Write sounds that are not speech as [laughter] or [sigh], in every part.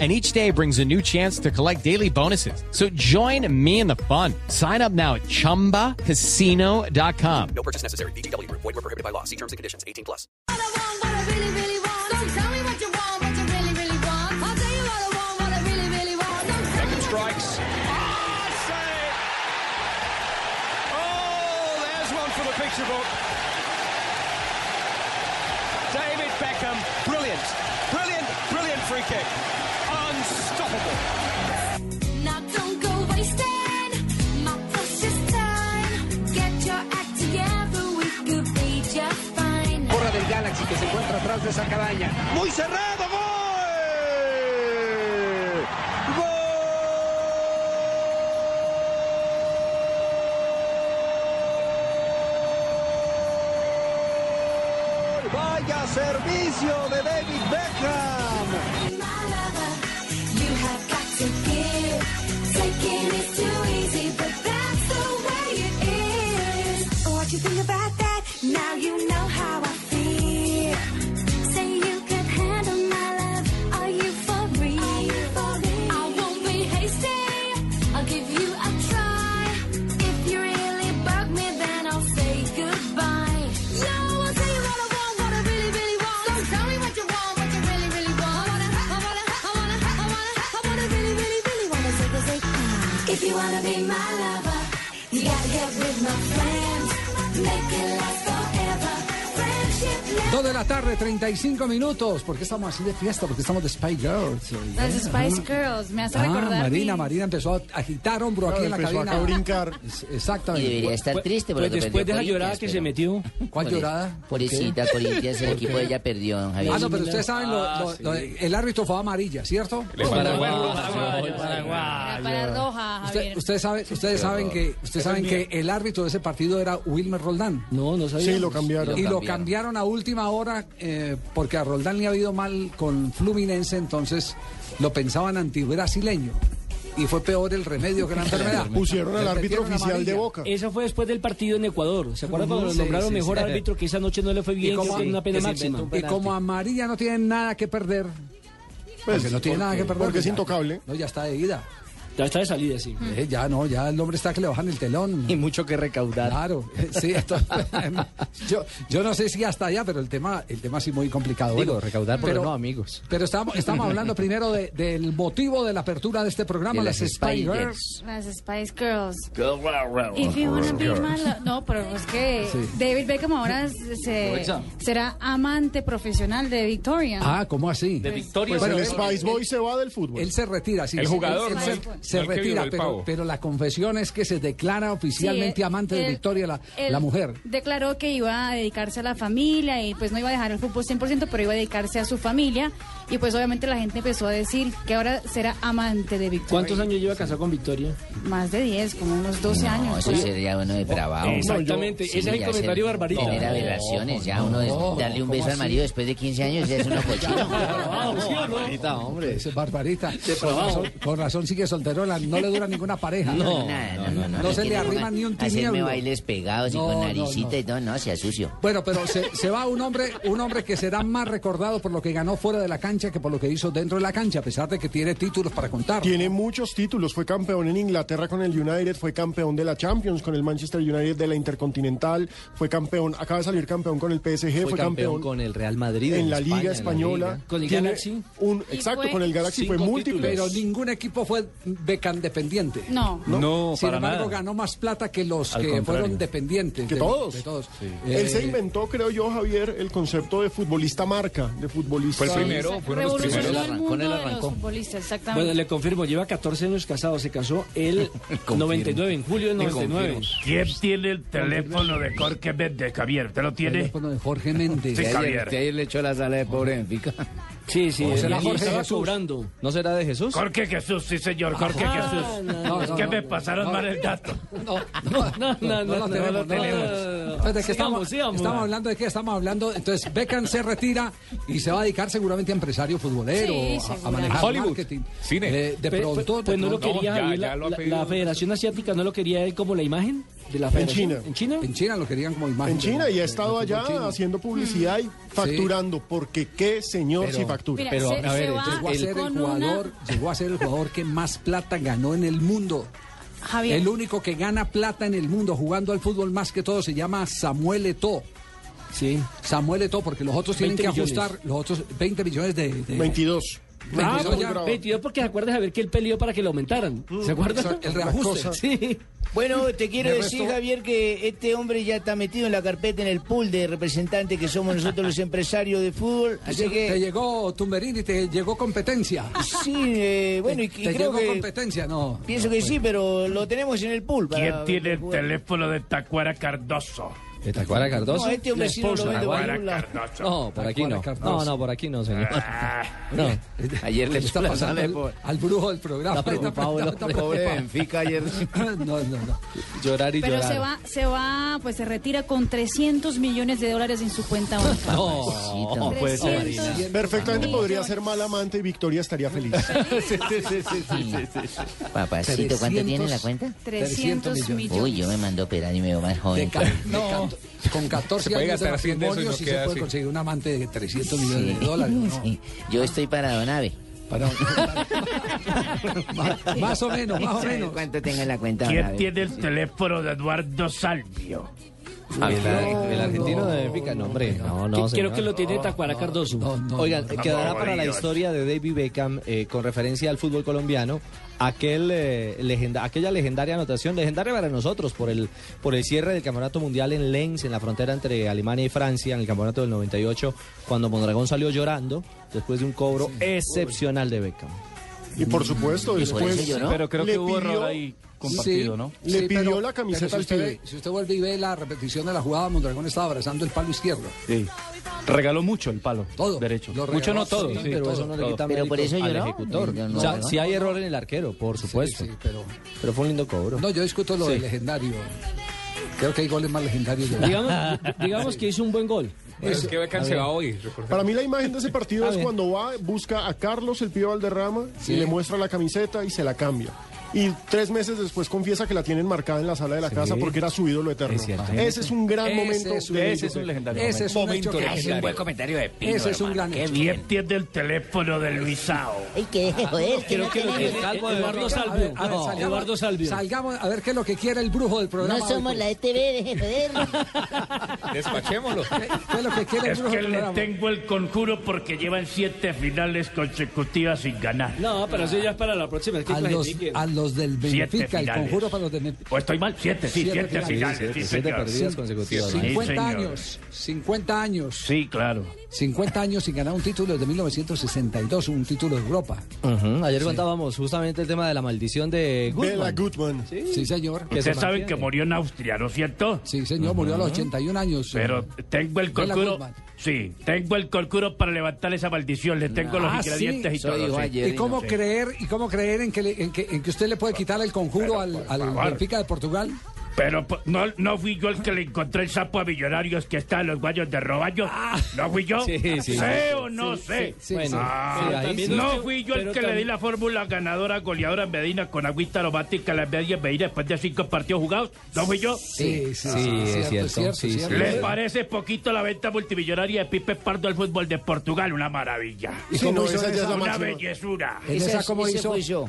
and each day brings a new chance to collect daily bonuses. So join me in the fun. Sign up now at ChumbaCasino.com. No purchase necessary. BGW. Void were prohibited by law. See terms and conditions. 18 plus. what I want, what I really, really want. Don't tell me what you want, what you really, really want. I'll tell you what I want, what I really, really want. Don't tell me what you strikes. Ah, save! Oh, there's one for the picture book. David Beckham, brilliant, brilliant, brilliant free kick. Unstoppable. Now don't go wasting my precious time. Get your act together, we could be just fine. Porra del Galaxy que se encuentra atrás de esa cabaña. Muy cerrado, gol. Gol. Vaya servicio de David Beckham. My lover, you have got to give. Taking is too easy, but that's the way it is. What you think about that? Now you know how I feel. Say you can handle my love. Are you for real? I won't be hasty. I'll give you a try. If you really bug me, then I'll say goodbye. No, I'll tell you what I want, what I really, really want. Don't tell me what you want, what you really, really want. I wanna, I wanna, I wanna, I wanna, I wanna really, really, really wanna say, say, say. If you wanna be my lover, you gotta get with my friends. Make it last forever. Friendship never. 2 de la tarde, 35 minutos. ¿Por qué estamos así de fiesta? Porque estamos de Spy Girls. oiga. Las Spice Girls, me hace Ah, recordar. Marina, mi- Marina empezó a agitar hombro aquí en la cabina. Es- Y Exactamente. debería estar triste por lo que Pues, después de perdió esa llorada Corinthians, que se pero- metió. ¿Cuál Pobre- llorada? Pobrecita Corinthians, el equipo de ella perdió, don Javier. Ah, no, pero ustedes saben, lo- lo- lo- el árbitro fue amarilla, ¿cierto? Era para roja, Usted- Javier. ustedes saben, ustedes saben que ustedes saben que el árbitro de ese partido era Wilmer Roldán. No, no sabía. Sí, lo cambiaron. y lo cambiaron a última hora eh, porque a Roldán le ha habido mal con Fluminense, entonces lo pensaban antibrasileño. Y fue peor el remedio [laughs] que la enfermedad. Pusieron al árbitro oficial de Boca. Eso fue después del partido en Ecuador. ¿Se acuerdan cuando Mm, Sí, lo nombraron sí, sí. mejor árbitro que esa noche no le fue bien, que cómo- fue una pena que se máxima? Y como a María no tiene nada que perder, porque no tiene nada que perder. Pues, Porque es intocable. No, ya está de ida. Ya está de salida, sí. Eh, ya no, ya el hombre está que le bajan el telón. y mucho que recaudar. Claro, [laughs] sí, esto- yo, yo no sé si hasta allá, pero el tema, el tema sí muy complicado. Digo, Bueno, recaudar por pero- los no amigos. Pero estamos, estamos hablando primero de- del motivo de la apertura de este programa, De las, las Spy Spy Girls. Oh, Girls. Las Spice Girls. If you wanna be my lo- No, pero es que David Beckham ahora se- se- será amante profesional de Victoria. Ah, ¿cómo así? Victoria Bueno, Pues el él- Spice Boy se va del fútbol. Él se retira, sí. El sí, jugador, él ¿no? se, El- se no el que retira, vio, el pero, pavo. pero la confesión es que se declara oficialmente Sí, él- amante de él- Victoria, la, él la mujer. Declaró que iba a dedicarse a la familia y pues no iba a dejar el fútbol 100%, pero iba a dedicarse a su familia. Y pues obviamente la gente empezó a decir que ahora será amante de Victoria. ¿Cuántos años lleva casado con Victoria? Más de 10, como unos 12 No, años. pues. eso por ahí. sería uno de bravado. Oh, Exactamente, ese es el ya comentario ser- barbarito. Tener relaciones, ya uno es darle un beso al marido después de 15 [laughs] años ya es una cochina. Ahorita, hombre. Ese es barbarita. Con razón, con razón sigue solterola, no le dura ninguna pareja. nada, no, no, no. No se que le pongan arrima ni un Hacerme tinieblo. bailes pegados y No, con no, naricita no. y todo, no, sea sucio. Bueno, pero se, se va un hombre, un hombre que será más recordado por lo que ganó fuera de la cancha que por lo que hizo dentro de la cancha, a pesar de que tiene títulos para contar. Tiene muchos títulos, fue campeón en Inglaterra con el United, fue campeón de la Champions con el Manchester United de la Intercontinental, fue campeón, acaba de salir campeón con el PSG, fue, Fue campeón campeón, con el Real Madrid. en la España, Liga en la Española. Liga. Con el Tiene Galaxy. un- Y exacto, fue con el Galaxy fue cinco múltiple. Pero ningún equipo fue becan dependiente. No. No, Sin embargo, ganó más plata que los que fueron dependientes. Que de- todos. de todos. Él se Eh, inventó, creo yo, Javier, el concepto de futbolista marca, de futbolista... Revolucionó el Arrancó en el mundo de los arrancón. futbolistas, exactamente. Bueno, le confirmo, lleva 14 años casado. Se casó [laughs] el 99, en julio del 99. ¿Quién tiene el teléfono de Jorge Méndez, Javier? ¿Te lo el tiene? teléfono de Jorge Méndez. Sí. Usted ayer- Javier. usted ayer le echó la sala de pobre en Fica. Sí, sí, ¿O será él Jorge estaba Jesús? cobrando. ¿No será de Jesús? Jorge Jesús, sí señor, Jorge Ah, Jesús. no, es no, que no, me no, pasaron no. mal el dato. No, no, no, lo no, tenemos. no lo tenemos. Entonces, ¿de qué estamos, Sigamos, sigamos. estamos hablando de qué estamos hablando. Entonces, Beckham se retira y se va a dedicar seguramente a empresario futbolero, Sí, a- a, seguramente. Ah, manejar Hollywood, marketing. eh, Cine. De, de pronto, de pues no lo pronto- quería Javier, la, la- la Federación Asiática no lo quería él como la imagen de la En Federación. China. En China. En China lo querían como imagen. En China y ha del- estado del allá fútbol chino. haciendo publicidad y facturando, porque qué señor si factura. Mira, Pero, se- a ver, se va llegó a ser el con jugador, llegó a ser el jugador que más plata ganó en el mundo. Javier. El único que gana plata en el mundo jugando al fútbol más que todo se llama Samuel Eto'o. Sí. Samuel Eto'o, porque los otros tienen 20 que millones. ajustar los otros 20 millones de... de- 22. Ah, 22 pues ya. ya, 22 porque se acuerda Javier que él peleó para que lo aumentaran. ¿Se acuerda? Mm. exacto, El reajuste. una cosa. Sí. Bueno, te quiero ¿De decir, resto? Javier, que este hombre ya está metido en la carpeta, en el pool de representantes que somos nosotros los empresarios de fútbol. Así Te- Te que, llegó Tumberini, te llegó competencia. sí, eh, bueno, y, y te creo llegó que... competencia, no. Pienso que sí, pero lo tenemos en el pool. para- ¿Quién tiene el jugar. teléfono de Tacuara Cardoso? ¿Tacuara Cardoso? No, este hombre La sí no lo esposa. vendo por Tacuara ningún lado. Cardoso. No, por aquí no. Cardoso. Ah. No, [laughs] no, por aquí no, señor. No. Ayer Le está pasando al, al brujo del programa. Está preocupado el hombre. preocupado. Benfica ayer. [laughs] No, no, no. Llorar y Pero llorar. se va, se va, pues se retira con 300 millones de dólares en su cuenta. [laughs] bancaria. No, no puede ser. 300 Perfectamente podría ser mal amante y Victoria estaría [laughs] feliz. Papacito, ¿cuánto tiene en la cuenta? 300 millones. millones. Uy, yo me mandó a operar y me veo más De joven. ca- de canto- Con 14 puede años de gastar 100 de eso y matrimonio no sí se queda puede así. conseguir un amante de 300 millones de [laughs] dólares. ¿no? Sí. Yo estoy para Donave. Para- más, [laughs] más o menos, más o ¿Sabe menos. ¿Cuánto tengo en la cuenta? ¿Quién Donave? tiene el teléfono de Eduardo Salvio? El, el argentino de Benfica, no, hombre. No, no, Quiero que señor. lo tiene Tacuara Cardoso. Oigan, quedará no, para la Dios. historia de David Beckham eh, con referencia al fútbol colombiano aquel eh, legenda- aquella legendaria anotación, legendaria para nosotros por el por el cierre del Campeonato Mundial en Lens, en la frontera entre Alemania y Francia, en el Campeonato del 98, cuando Mondragón salió llorando después de un cobro excepcional de Beckham. Y por supuesto, Y por eso después lloró. Pero creo le que hubo pidió error ahí compartido, Sí, ¿no? Le sí, pidió pero- la camiseta pero al si usted, pibe. ve- si usted vuelve y ve la repetición de la jugada, Mondragón estaba abrazando el palo izquierdo. Sí. Regaló mucho el palo. Todo. Derecho. Lo regaló, Mucho no todo. sí, sí, pero todo, eso no le todo. quita Pero por mérito eso al lloró. ejecutor. No, no, o sea, no. sí hay error en el arquero, por supuesto. Sí, sí, pero... Pero fue un lindo cobro. No, yo discuto lo del legendario. Creo que hay goles más legendarios. de- [laughs] Digamos, digamos que hizo un buen gol. Pero es que Beckham se va hoy. Para mí la imagen de ese partido A es ver. cuando va, busca a Carlos el pío Valderrama y le muestra la camiseta y se la cambia. Y tres meses después confiesa que la tienen marcada en la sala de la casa porque era su ídolo eterno. Es cierto. ese es un gran Ese momento. es un- de Ese es un legendario. Ese es un momento hecho que- legendario. Ese es un buen comentario de Pino, Ese es un gran hecho. ¿Quién tiene el teléfono de Luisao? Ay, Ah, que deje joder, que no tenemos. Calvo de Eduardo Salvio. A ver, No, salgamos- Eduardo Salvio. Salgamos a ver qué es lo que quiere el brujo del programa. No hoy, somos pues. la ETV, deje joder. Despachémoslo. ¿Qué es lo que quiere el Es brujo que del le programa? tengo el conjuro porque llevan siete finales consecutivas sin ganar. No, pero eso ya es para la próxima. Es que A los, clasifiquen. a los del Siete Benfica, el finales. conjuro para los del Benfica. ¿O estoy mal? Siete, sí, Siete siete, finales. finales. Siete, sí, siete señor. partidas consecutivas. Sí, 50 señor. años, 50 años, Sí, claro. 50 años sin ganar un título desde 1962, un título de Europa. Ujú, Mm, Ayer contábamos justamente el tema de la maldición de Bella Goodman. Goodman. Sí, señor. Que se Ustedes saben mantiene. que murió en Austria, ¿no es cierto? Sí, señor, murió a los 81 años. Pero tengo el Bela conjuro. Goodman. Sí, tengo el conjuro para levantar esa maldición. Le tengo Ah, los sí, ingredientes y eso todo. dijo sí. ayer. ¿Y cómo Sí. creer y cómo creer en que, le- en que, en que usted le puede quitar el conjuro al, al favor. Benfica de Portugal? Pero po- no, no fui yo el que le encontré el sapo a Millonarios que está en los guayos de Roballo. No fui yo. Sí, sí. sé o no sé. sí, Bueno, Ah, sí, ahí sí. no fui yo el pero que le di también- la fórmula ganadora goleadora a Medina con agüita aromática a las medias Medina después de cinco partidos jugados. No fui yo. Sí, sí, sí, es cierto, sí, sí. ¿Les parece poquito la venta multimillonaria de Pipe Pardo al fútbol de Portugal? Una maravilla. ¿Y Sí, cómo no, hizo esa ya en es esa? la Una máxima. bellezura. ¿En Ese- esa cómo ese hizo? fui yo.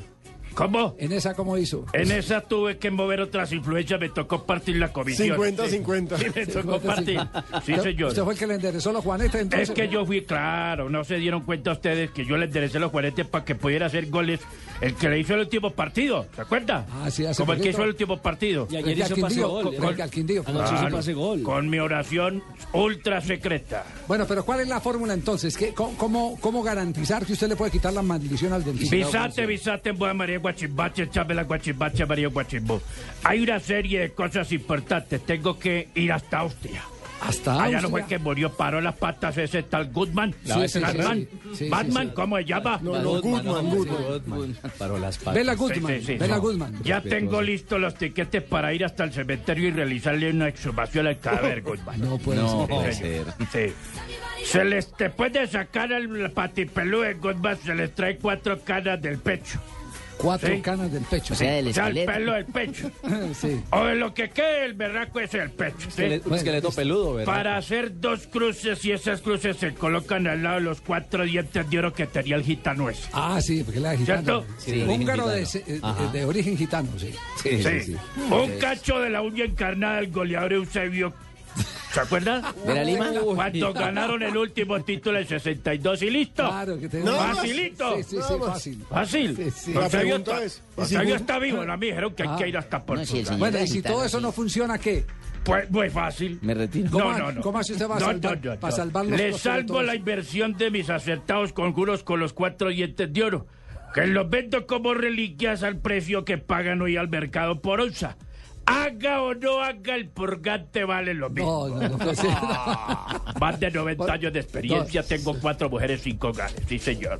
¿Cómo? ¿En esa cómo hizo? En esa tuve que mover otras influencias, me tocó partir la comisión. 50-50. Sí, me tocó partir. Sí, señor. ¿Usted fue el que le enderezó los juanetes entonces? Es que yo fui claro, no se dieron cuenta ustedes que yo le enderecé los juanetes para que pudiera hacer goles el que le hizo el último partido, ¿se acuerda? Ah, sí, hace Como el que poquito. hizo el último partido. Y Frente ayer al hizo pase Quindío, gol. frente al Quindío. Anoche hizo Claro, pase gol. Con mi oración ultra secreta. Bueno, pero ¿cuál es la fórmula entonces? ¿Qué, cómo, cómo, cómo garantizar que usted le puede quitar la maldición al Benfica? Visate, visate, voy a María Guachimbache, Chávez la Guachimbache, María Guachimbo. Hay una serie de cosas importantes, tengo que ir hasta Austria. Hasta Allá no Austria. fue que murió, paró las patas ese tal Goodman. La vez en Batman, sí, sí, sí, Batman, sí. ¿cómo se llama? No, no, Goodman, Goodman. Paró las patas. Vela Bela Goodman, Bela Goodman. Ya tengo listos los tiquetes para ir hasta el cementerio y realizarle una exhumación al [laughs] cadáver, Goodman. No puede Sí, ser. señor. Sí. Se les te puede sacar el patipelú de Goodman, se les trae cuatro canas del pecho. Cuatro Sí. canas del pecho. O sea, el pelo del pecho. [laughs] Sí. O de lo que quede el berraco es el pecho. ¿sí? Esqueleto, pues, un esqueleto peludo, ¿verdad? Para hacer dos cruces y esas cruces se colocan al lado de los cuatro dientes de oro que tenía el gitano ese. Ah, sí, porque la gitana. ¿Cierto? Sí, Sí, de húngaro de, origen ese- eh, gitano. Ajá. de origen gitano, sí. Sí, Un cacho de la uña encarnada del goleador Eusebio. ¿Se acuerdan? ¿De la Lima? Cuando ganaron el último título en 62 y listo. Claro que te- No, Nada más. Facilito. Sí, sí, sí, fácil. Fácil. Sí, sí. Eusebio La pregunta está- es, ¿y si Eusebio Gur- está vivo. No, a mí dijeron que hay Ah. que ir hasta No, si el Portugal. señor Bueno, y era si gitano, todo eso sí. no funciona, ¿qué? Pues muy fácil. Me retiro. ¿Cómo No, ha- no, no. cómo hace usted para No, salvar- no, no, para no. salvar los Le costos de todo salvo la eso? inversión de mis acertados conjuros con los cuatro dientes de oro, que los vendo como reliquias al precio que pagan hoy al mercado por onza. Haga o no haga, el purgante vale lo mismo. No, no, no, pues, sí, Ah, [laughs] Más de 90 años de experiencia, tengo cuatro mujeres, cinco ganas. Sí, señor.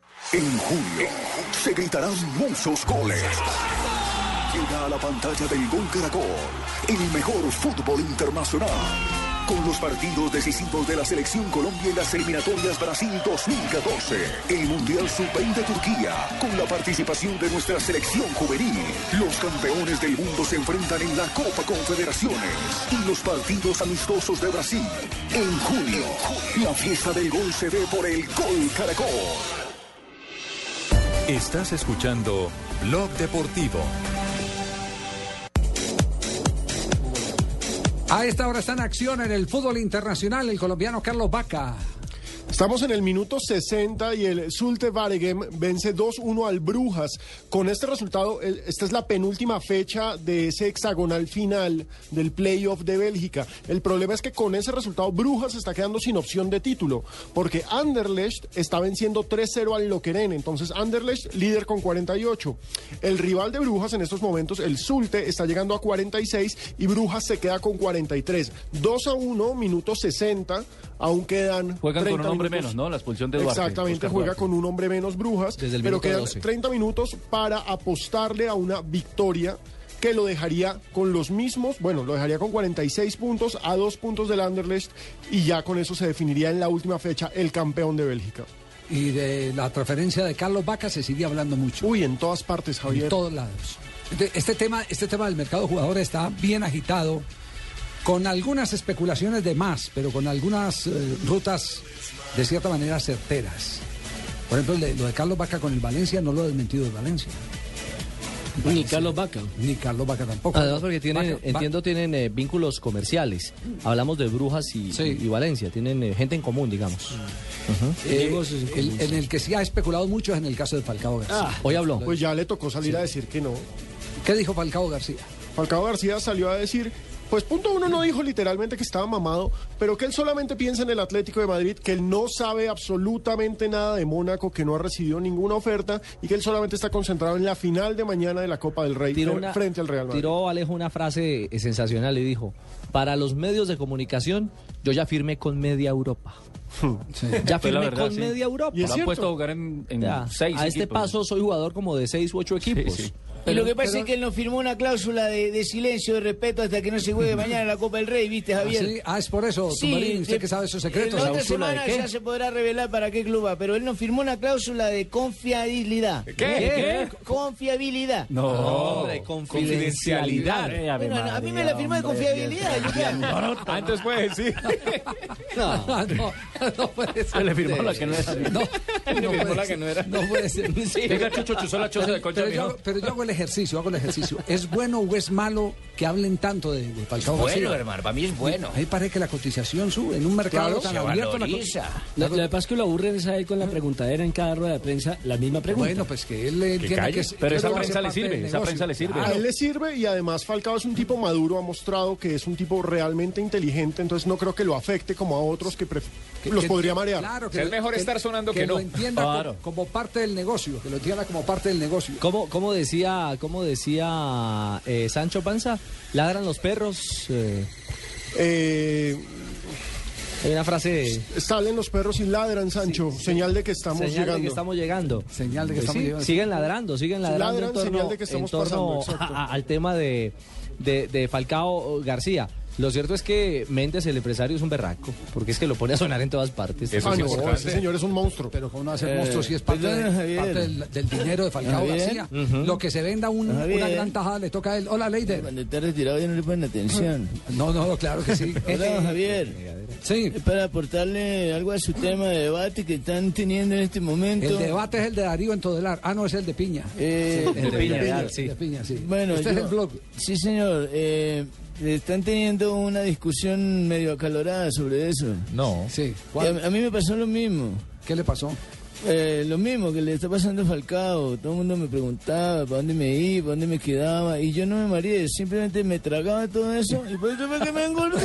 En julio se gritarán muchos goles. Llega a la pantalla del Gol Caracol, el mejor fútbol internacional. Con los partidos decisivos de la Selección Colombia en las eliminatorias Brasil 2014, el Mundial Sub-20 de Turquía, con la participación de nuestra selección juvenil, los campeones del mundo se enfrentan en la Copa Confederaciones y los partidos amistosos de Brasil. En junio, la fiesta del gol se ve por el Gol Caracol. Estás escuchando Blog Deportivo. A esta hora está en acción en el fútbol internacional el colombiano Carlos Vaca. Estamos en el minuto 60 y el Zulte Varegem vence 2-1 al Brujas. Con este resultado, el- esta es la penúltima fecha de ese hexagonal final del playoff de Bélgica. El problema es que con ese resultado Brujas está quedando sin opción de título, porque Anderlecht está venciendo 3-0 al Loqueren. Entonces Anderlecht líder con 48. El rival de Brujas en estos momentos, el Zulte, está llegando a 46 y Brujas se queda con 43. 2-1, minuto 60. Aún quedan Juegan con 30 un hombre minutos. menos, ¿no? La expulsión de Duarte. Exactamente, Oscar juega Duarte. con un hombre menos Brujas, el pero minuto quedan 12. 30 minutos para apostarle a una victoria que lo dejaría con los mismos, bueno, lo dejaría con 46 puntos a dos puntos del Anderlecht y ya con eso se definiría en la última fecha el campeón de Bélgica. Y de la transferencia de Carlos Vaca se sigue hablando mucho. Uy, en todas partes, Javier. En todos lados. De- Este tema, este tema del mercado de jugadores está bien agitado, con algunas especulaciones de más, pero con algunas eh, rutas de cierta manera certeras. Por ejemplo, le- lo de Carlos Vaca con el Valencia no lo ha desmentido el Valencia. Ni Carlos Vaca. Ni Carlos Vaca tampoco. Además, porque tienen, Vaca- entiendo, tienen eh, vínculos comerciales. Hablamos de Brujas y, y Valencia. Tienen eh, gente en común, digamos. Ujú. Eh, el- en el que sí ha especulado mucho es en el caso de Falcao García. Ah, hoy habló. Pues ya le tocó salir a decir que no. ¿Qué dijo Falcao García? Falcao García salió a decir, pues punto uno no dijo literalmente que estaba mamado, pero que él solamente piensa en el Atlético de Madrid, que él no sabe absolutamente nada de Mónaco, que no ha recibido ninguna oferta y que él solamente está concentrado en la final de mañana de la Copa del Rey Tiró fre- una- frente al Real Madrid. Tiró Alejo una frase eh, sensacional y dijo, para los medios de comunicación, yo ya firmé con media [laughs] Europa. Ya Fue la firmé verdad, con sí. media Europa. Lo han puesto a jugar en, en Ya, seis a este equipos. paso soy jugador como de seis u ocho equipos. Y lo que pasa es que él nos firmó una cláusula de, de silencio, de respeto, hasta que no se juegue mañana la Copa del Rey, ¿viste, Javier? Ah, sí. Ah, es por eso, Tumbarín, usted que sabe esos secretos. La otra ¿Cláusula de semana qué? ya se podrá revelar para qué club va, pero él nos firmó una cláusula de confiabilidad. ¿Qué? ¿Qué? Confiabilidad. No, hombre, confidencialidad. Eh, Ave Bueno, a mí me la firmó de confiabilidad. yo qué hago. Ah, entonces puede decir. [laughs] No, [laughs] no, no puede ser. Le firmó la que no era. No, Le firmó la que no era. no puede ser. Venga, Chucho, Chuzo la choza de concha, pero, yo, mijo. hago- pero yo hago el el ejercicio, hago el ejercicio. ¿Es bueno o es malo que hablen tanto de, de Falcao Bueno, García? hermano, para mí es bueno. A mí parece que la cotización sube en un mercado Claro, tan se abierto. la co- valoriza. la Lo, co- lo que pasa es que lo aburren es a él con la preguntadera en cada rueda de prensa, la misma pregunta. Bueno, pues que él le A él le sirve y además Falcao es un tipo maduro, ha mostrado que es un tipo realmente inteligente, entonces no creo que lo afecte como a otros que, pref- los que- podría marear. claro, que- que- que lo entienda como, como parte del negocio, que lo entienda como parte del negocio. ¿Cómo, cómo decía, cómo decía eh, Sancho Panza? ¿Ladran los perros? Eh, Eh, hay una frase... Salen los perros y ladran, Sancho, señal de que estamos señal llegando. de que estamos llegando. Señal de que estamos llegando. Siguen ladrando, siguen ladrando Ladran, en torno, señal de que estamos en torno pasando, exacto. a- a- al tema de, de, de Falcao García. Lo cierto es que Méndez, el empresario, es un berraco, porque es que lo pone a sonar en todas partes. Ah, no, ese señor es un monstruo. Pero ¿cómo no hacer hacer Eh, monstruos si es parte, perdón, de- Javier. Pues, parte del, del dinero de Falcao Javier. García? Ujú. Lo que se venda un- Mm, una Javier. gran tajada le toca a él. Hola, Leider. Cuando está retirado ya no le ponen atención. Ah, No, no, claro que sí. [laughs] Este- Hola, Javier. Sí. Para aportarle algo a su tema de debate que están teniendo en este momento. El debate es el de Darío en Todelar. Ah, no, es el de Piña. Eh, Sí, el de Piña, claro, sí. el de Piña, sí. Bueno, este es yo- el blog. Sí, señor. eh, están teniendo una discusión medio acalorada sobre eso. No. Sí. A, a mí me pasó lo mismo. Eh, ¿Qué le pasó? lo mismo que le está pasando a Falcao. Todo el mundo me preguntaba para dónde me iba, para dónde me quedaba. Y yo no me mareé, simplemente me tragaba todo eso. Y por eso fue que me engordé.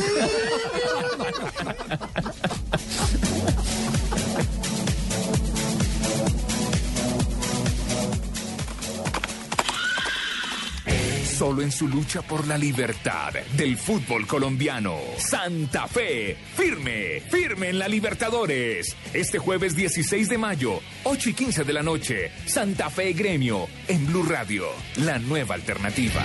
Solo en su lucha por la libertad del fútbol colombiano. Santa Fe, firme, firme en la Libertadores. Este jueves 16 de mayo, 8 y 15 de la noche, Santa Fe Gremio, en Blue Radio, la nueva alternativa.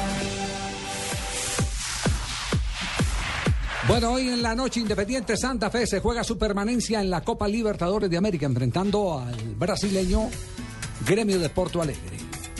Bueno, hoy en la noche Independiente Santa Fe se juega su permanencia en la Copa Libertadores de América, enfrentando al brasileño Gremio de Porto Alegre. [laughs]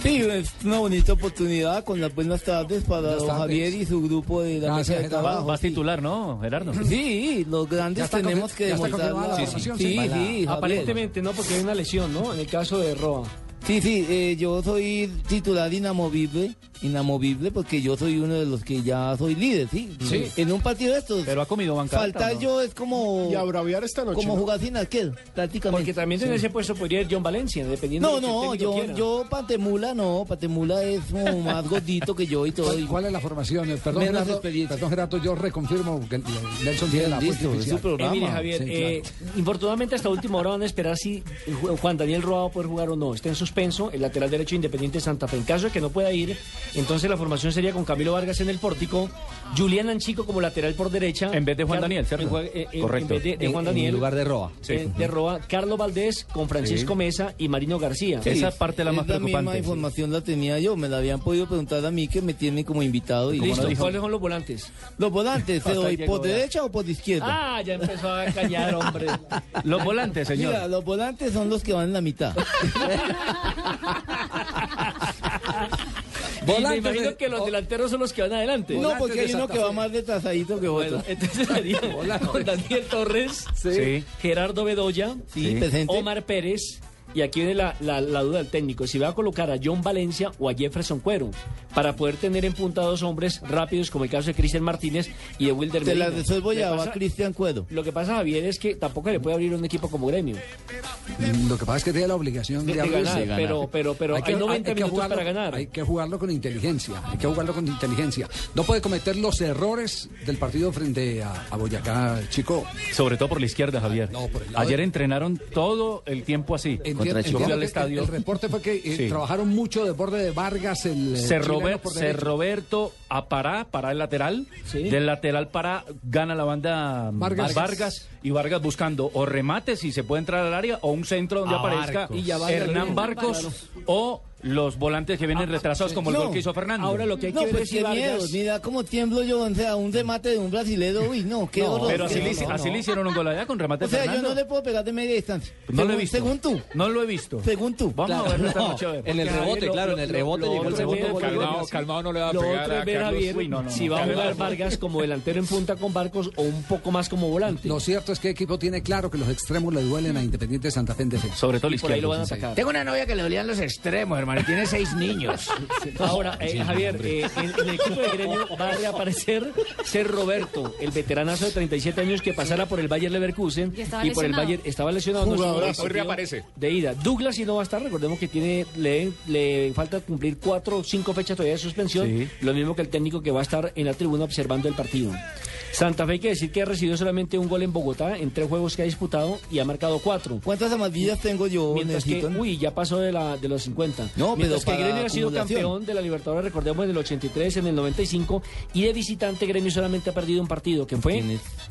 Sí, es una bonita oportunidad con las buenas tardes para Buenas don tardes. Javier y su grupo de la Gracias, mesa de Gerardo. trabajo. Ah, Vas titular, ¿no, Gerardo? Sí, los Ya grandes está tenemos confi- que ya está demostrar. confirmada la la- formación, sí, sí. sí, Para- Javier. Aparentemente no, porque hay una lesión, ¿no? En el caso de Roa. Sí, sí, eh, yo soy titular inamovible, inamovible porque yo soy uno de los que ya soy líder, ¿sí? Sí. En un partido de estos. Pero ha comido bancarta, Faltar ¿o no? yo es como. Y a braviar esta noche, Como ¿no? jugar sin arquero, prácticamente. Pues Porque también en Sí. ese puesto podría ir John Valencia, dependiendo No, de lo que el no, técnico yo, quiera. yo Patemula no, Patemula es como más gordito que yo y todo. y- ¿Cuál Pues es la formación? Eh, Perdón, Menos Gerardo, perdón, Gerardo, yo reconfirmo que el- Nelson tiene la Listo, fuente es oficial. su programa. Mire, Javier, Sí, eh, infortunadamente hasta última hora van a esperar si Ju- Juan Daniel Roa va a poder jugar o no. Está en suspenso el lateral derecho independiente de Santa Fe. En caso de que no pueda ir, entonces la formación sería con Camilo Vargas en el pórtico, Julián Anchico como lateral por derecha. En vez de Juan Car- Daniel, ¿cierto? en jue- eh, en- Correcto. En vez de, de En- Juan en Daniel. lugar de Roa. Sí. eh, de Roa, Carlos Valdés con Francisco Sí. Mesa y Marino García. Sí, es La misma información la tenía yo, me la habían podido preguntar a mí que me tienen como invitado. Y Listo, ¿cuáles son los volantes? Los volantes, ¿te Hasta doy ahí por llegó ya. derecha o por izquierda? Ah, ya empezó a callar, hombre. Los [laughs] volantes, señor. Mira, los volantes son los que van en la mitad. Y me Volantes imagino de- que los delanteros son los que van adelante. no, porque hay uno que va más detrasadito que otro. Bueno, entonces sería [laughs] con Daniel Torres, Sí. Gerardo Bedoya, Sí, presente. Omar Pérez. Y aquí viene la, la- la duda del técnico, si va a colocar a John Valencia o a Jefferson Cuero para poder tener en punta a dos hombres rápidos como el caso de Cristian Martínez y de Wilder Te la Medina. resuelvo ya, Le va pasa- Cristian Cuedo. Lo que pasa, Javier, es que tampoco le puede abrir un equipo como Gremio. Mm, Lo que pasa es que tiene la obligación de, De- de abrirse. ganar, De ganar. pero- pero- pero hay 90 minutos jugarlo- para ganar. Hay que jugarlo con inteligencia. Hay que jugarlo con inteligencia. No puede cometer los errores del partido frente a, a Boyacá, chico. Sobre todo por la izquierda, Javier. lado Ayer entrenaron todo el tiempo así. Entiendo- Yo fui entiendo al que el, estadio. el reporte fue que eh, Sí. trabajaron mucho de borde de Vargas el eh, Se, chileno Robert- por se derecha. Roberto a Pará, Pará el lateral. Sí. Del lateral Pará gana la banda mm, Vargas. Vargas. Y Vargas buscando o remates si se puede entrar al área o un centro donde A aparezca Barcos. Y ya va Hernán Barcos. Barcos o los volantes que vienen retrasados como el gol que hizo Fernando. Ahora lo que hay no, pues qué miedo, mira cómo tiemblo yo, o sea, un remate de un brasilero, uy, no, qué No, horror. pero así, qué le, horror, así no. le hicieron un gol allá con remate O sea, yo Fernando. Pues no le puedo pegar de media distancia. No lo he Según- visto. Según tú. No lo he visto. Según tú. Vamos a verlo esta Claro. noche. a ver. En el Porque rebote, Javier, lo- claro, en el lo- rebote lo llegó el otro segundo es gol. Javier. Calmado, calmado, no le va a Lo pegar otro es a ver Carlos. Javier Uy, no, no, si no, va a calmado. jugar Vargas [laughs] como delantero en punta con Barcos o un poco más como volante. Lo cierto es que el equipo tiene claro que los extremos le duelen a Independiente Santa Fe en defensa. Sobre todo el Y por ahí lo van a atacar. Tengo una novia que le dolían los extremos, hermano, y tiene seis niños. Ahora, eh, Javier, eh, el, el equipo de Gremio va a reaparecer ser Roberto, el veteranazo de 37 años que pasara por el Bayer Leverkusen Y estaba por el lesionado. Bayer estaba lesionado. no Jugadorazo. estuvo en el Hoy partido reaparece. De ida. Douglas sí no va a estar, recordemos que tiene le, le falta cumplir cuatro o cinco fechas todavía de suspensión, Sí. lo mismo que el técnico que va a estar en la tribuna observando el partido. Santa Fe hay que decir que ha recibido solamente un gol en Bogotá en tres juegos que ha disputado y ha marcado cuatro. ¿Cuántas amarillas tengo yo, Mientras que, Nelsito? uy, ya pasó de, la, de los 50. No, Mientras pero que para Gremio ha sido acumulación. campeón de la Libertadores, recordemos, en el 83, en el 95, y de visitante Gremio solamente ha perdido un partido, que fue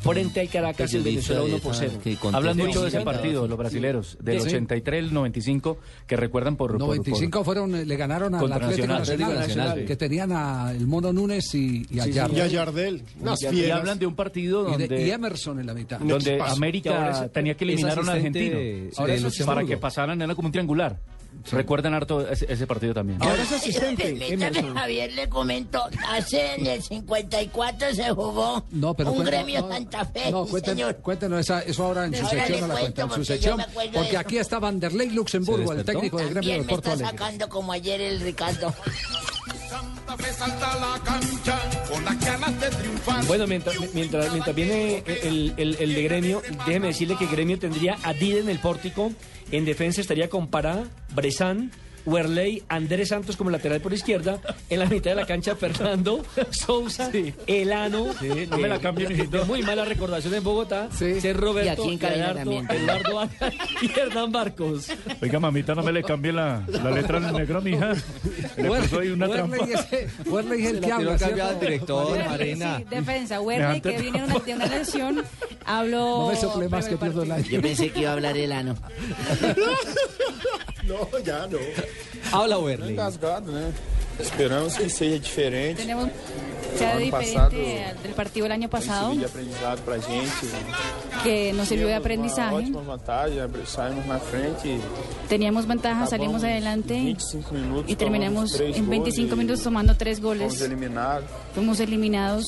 frente al Caracas, el Venezuela 1 por 0. Hablan mucho de ese partido, los brasileros, del Sí. 83 al 95, que recuerdan por... por- por- 95 fueron, eh, le ganaron al Contra Atlético Nacional. Nacional, Atlético Nacional, sí. que tenían a el Mono Núñez y, y a Sí, sí, Yardel. y a Yardel, unas Y a- y fieras. hablan de un partido Y de- donde- Y, Emerson en la mitad. donde América Que ahora es- tenía que es eliminar a un asistente argentino de para Luxemburgo. que pasaran, era como un triangular. Recuerdan harto ese, ese partido también. Permítame, Javier, le comento. Hace en el 54 se jugó No, pero un cuenta- gremio no, Santa Fe. No, sí, cuénten- señor. cuéntenos esa- eso ahora en su Ahora sección, le no la cuento cuenta, en su porque yo sección, me acuerdo de porque eso. aquí está Vanderlei Luxemburgo, el técnico del gremio También de me Porto está Alegre. sacando como ayer el Ricardo. salta la cancha con las ganas de triunfar. Bueno, mientras, mientras, mientras viene el, el- el de gremio, déjeme decirle que gremio tendría a Dida en el pórtico. En defensa estaría con Pará, Bresan, Werley, Andrés Santos como lateral por izquierda. En la mitad de la cancha, Fernando, Sousa, Elano. no me la cambie, de- de Muy mala recordación en Bogotá. Ser Y Roberto, aquí en Carolina Leonardo, también. Eduardo Vargas y Hernán Barcos. Oiga, mamita, no me le cambie la, la letra al negro, mija. Le puso ahí una trampa. Werley es el- Werley es el Se la que tiró habla, cambiada ¿cierto? al director, Werley, Marina. sí. Defensa, Werner, que viene una- de una [laughs] lesión, habló... No me sople más que pierdo el año. Yo pensé que iba a hablar el ano. [laughs] No, ya no. Habla Werley. Engasgado, né? Esperamos que seja diferente. Tenemos sea Ano diferente pasado al- del partido del año pasado, Servir de aprendizado pra gente. que nos sirvió Tivemos de uma aprendizaje. ótima vantagem, abri- saímos na frente. Teníamos ventaja, salimos acabamos adelante 25 minutos, y tomamos terminamos três en gols 25 e minutos tomando tres Fomos goles. eliminados. Fuimos eliminados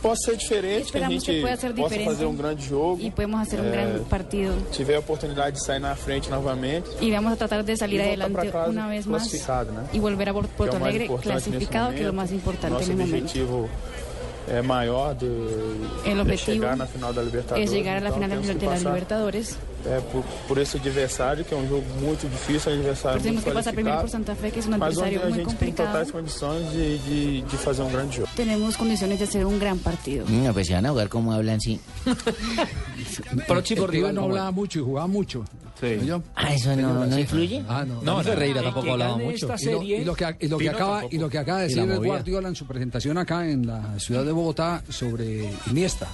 Esperamos que possa ser diferente, que a Esperamos que gente pueda ser possa diferente. fazer um grande jogo. É, y podemos hacer un Eh. gran partido. Tiver a oportunidade de sair na frente novamente. Y vamos a tratar de salir Y voltar adelante para pues, casa una vez más classificado, né? y volver a Bor- que é Porto o mais Alegre importante nesse clasificado, que es lo momento. más importante en Nosso el momento. objetivo é maior de, El de objetivo chegar na final da Libertadores. Es llegar a la então final temos que de la passar, Libertadores. É, por, por esse adversário, que é um jogo muito difícil, um adversário Tenemos que muito pasar primero por qualificado. Santa Fe, que es un Mas onde adversario a muy gente tem um complicado. totais condições de, de, de fazer um grande jogo. Tenemos condiciones de hacer un gran partido. No, pues se van a jugar como hablan, sí. El pibe no hablaba Ah, mucho y jugaba mucho. ¿No yo? Ah, eso no, no influye. Ah, no. No, Ferreira tampoco hablaba Y lo- mucho. Y lo, que, y lo que Pino acaba, tampoco. y lo que acaba de Y la decir el movida. Guardiola en su presentación acá en la ciudad de Bogotá sobre Iniesta,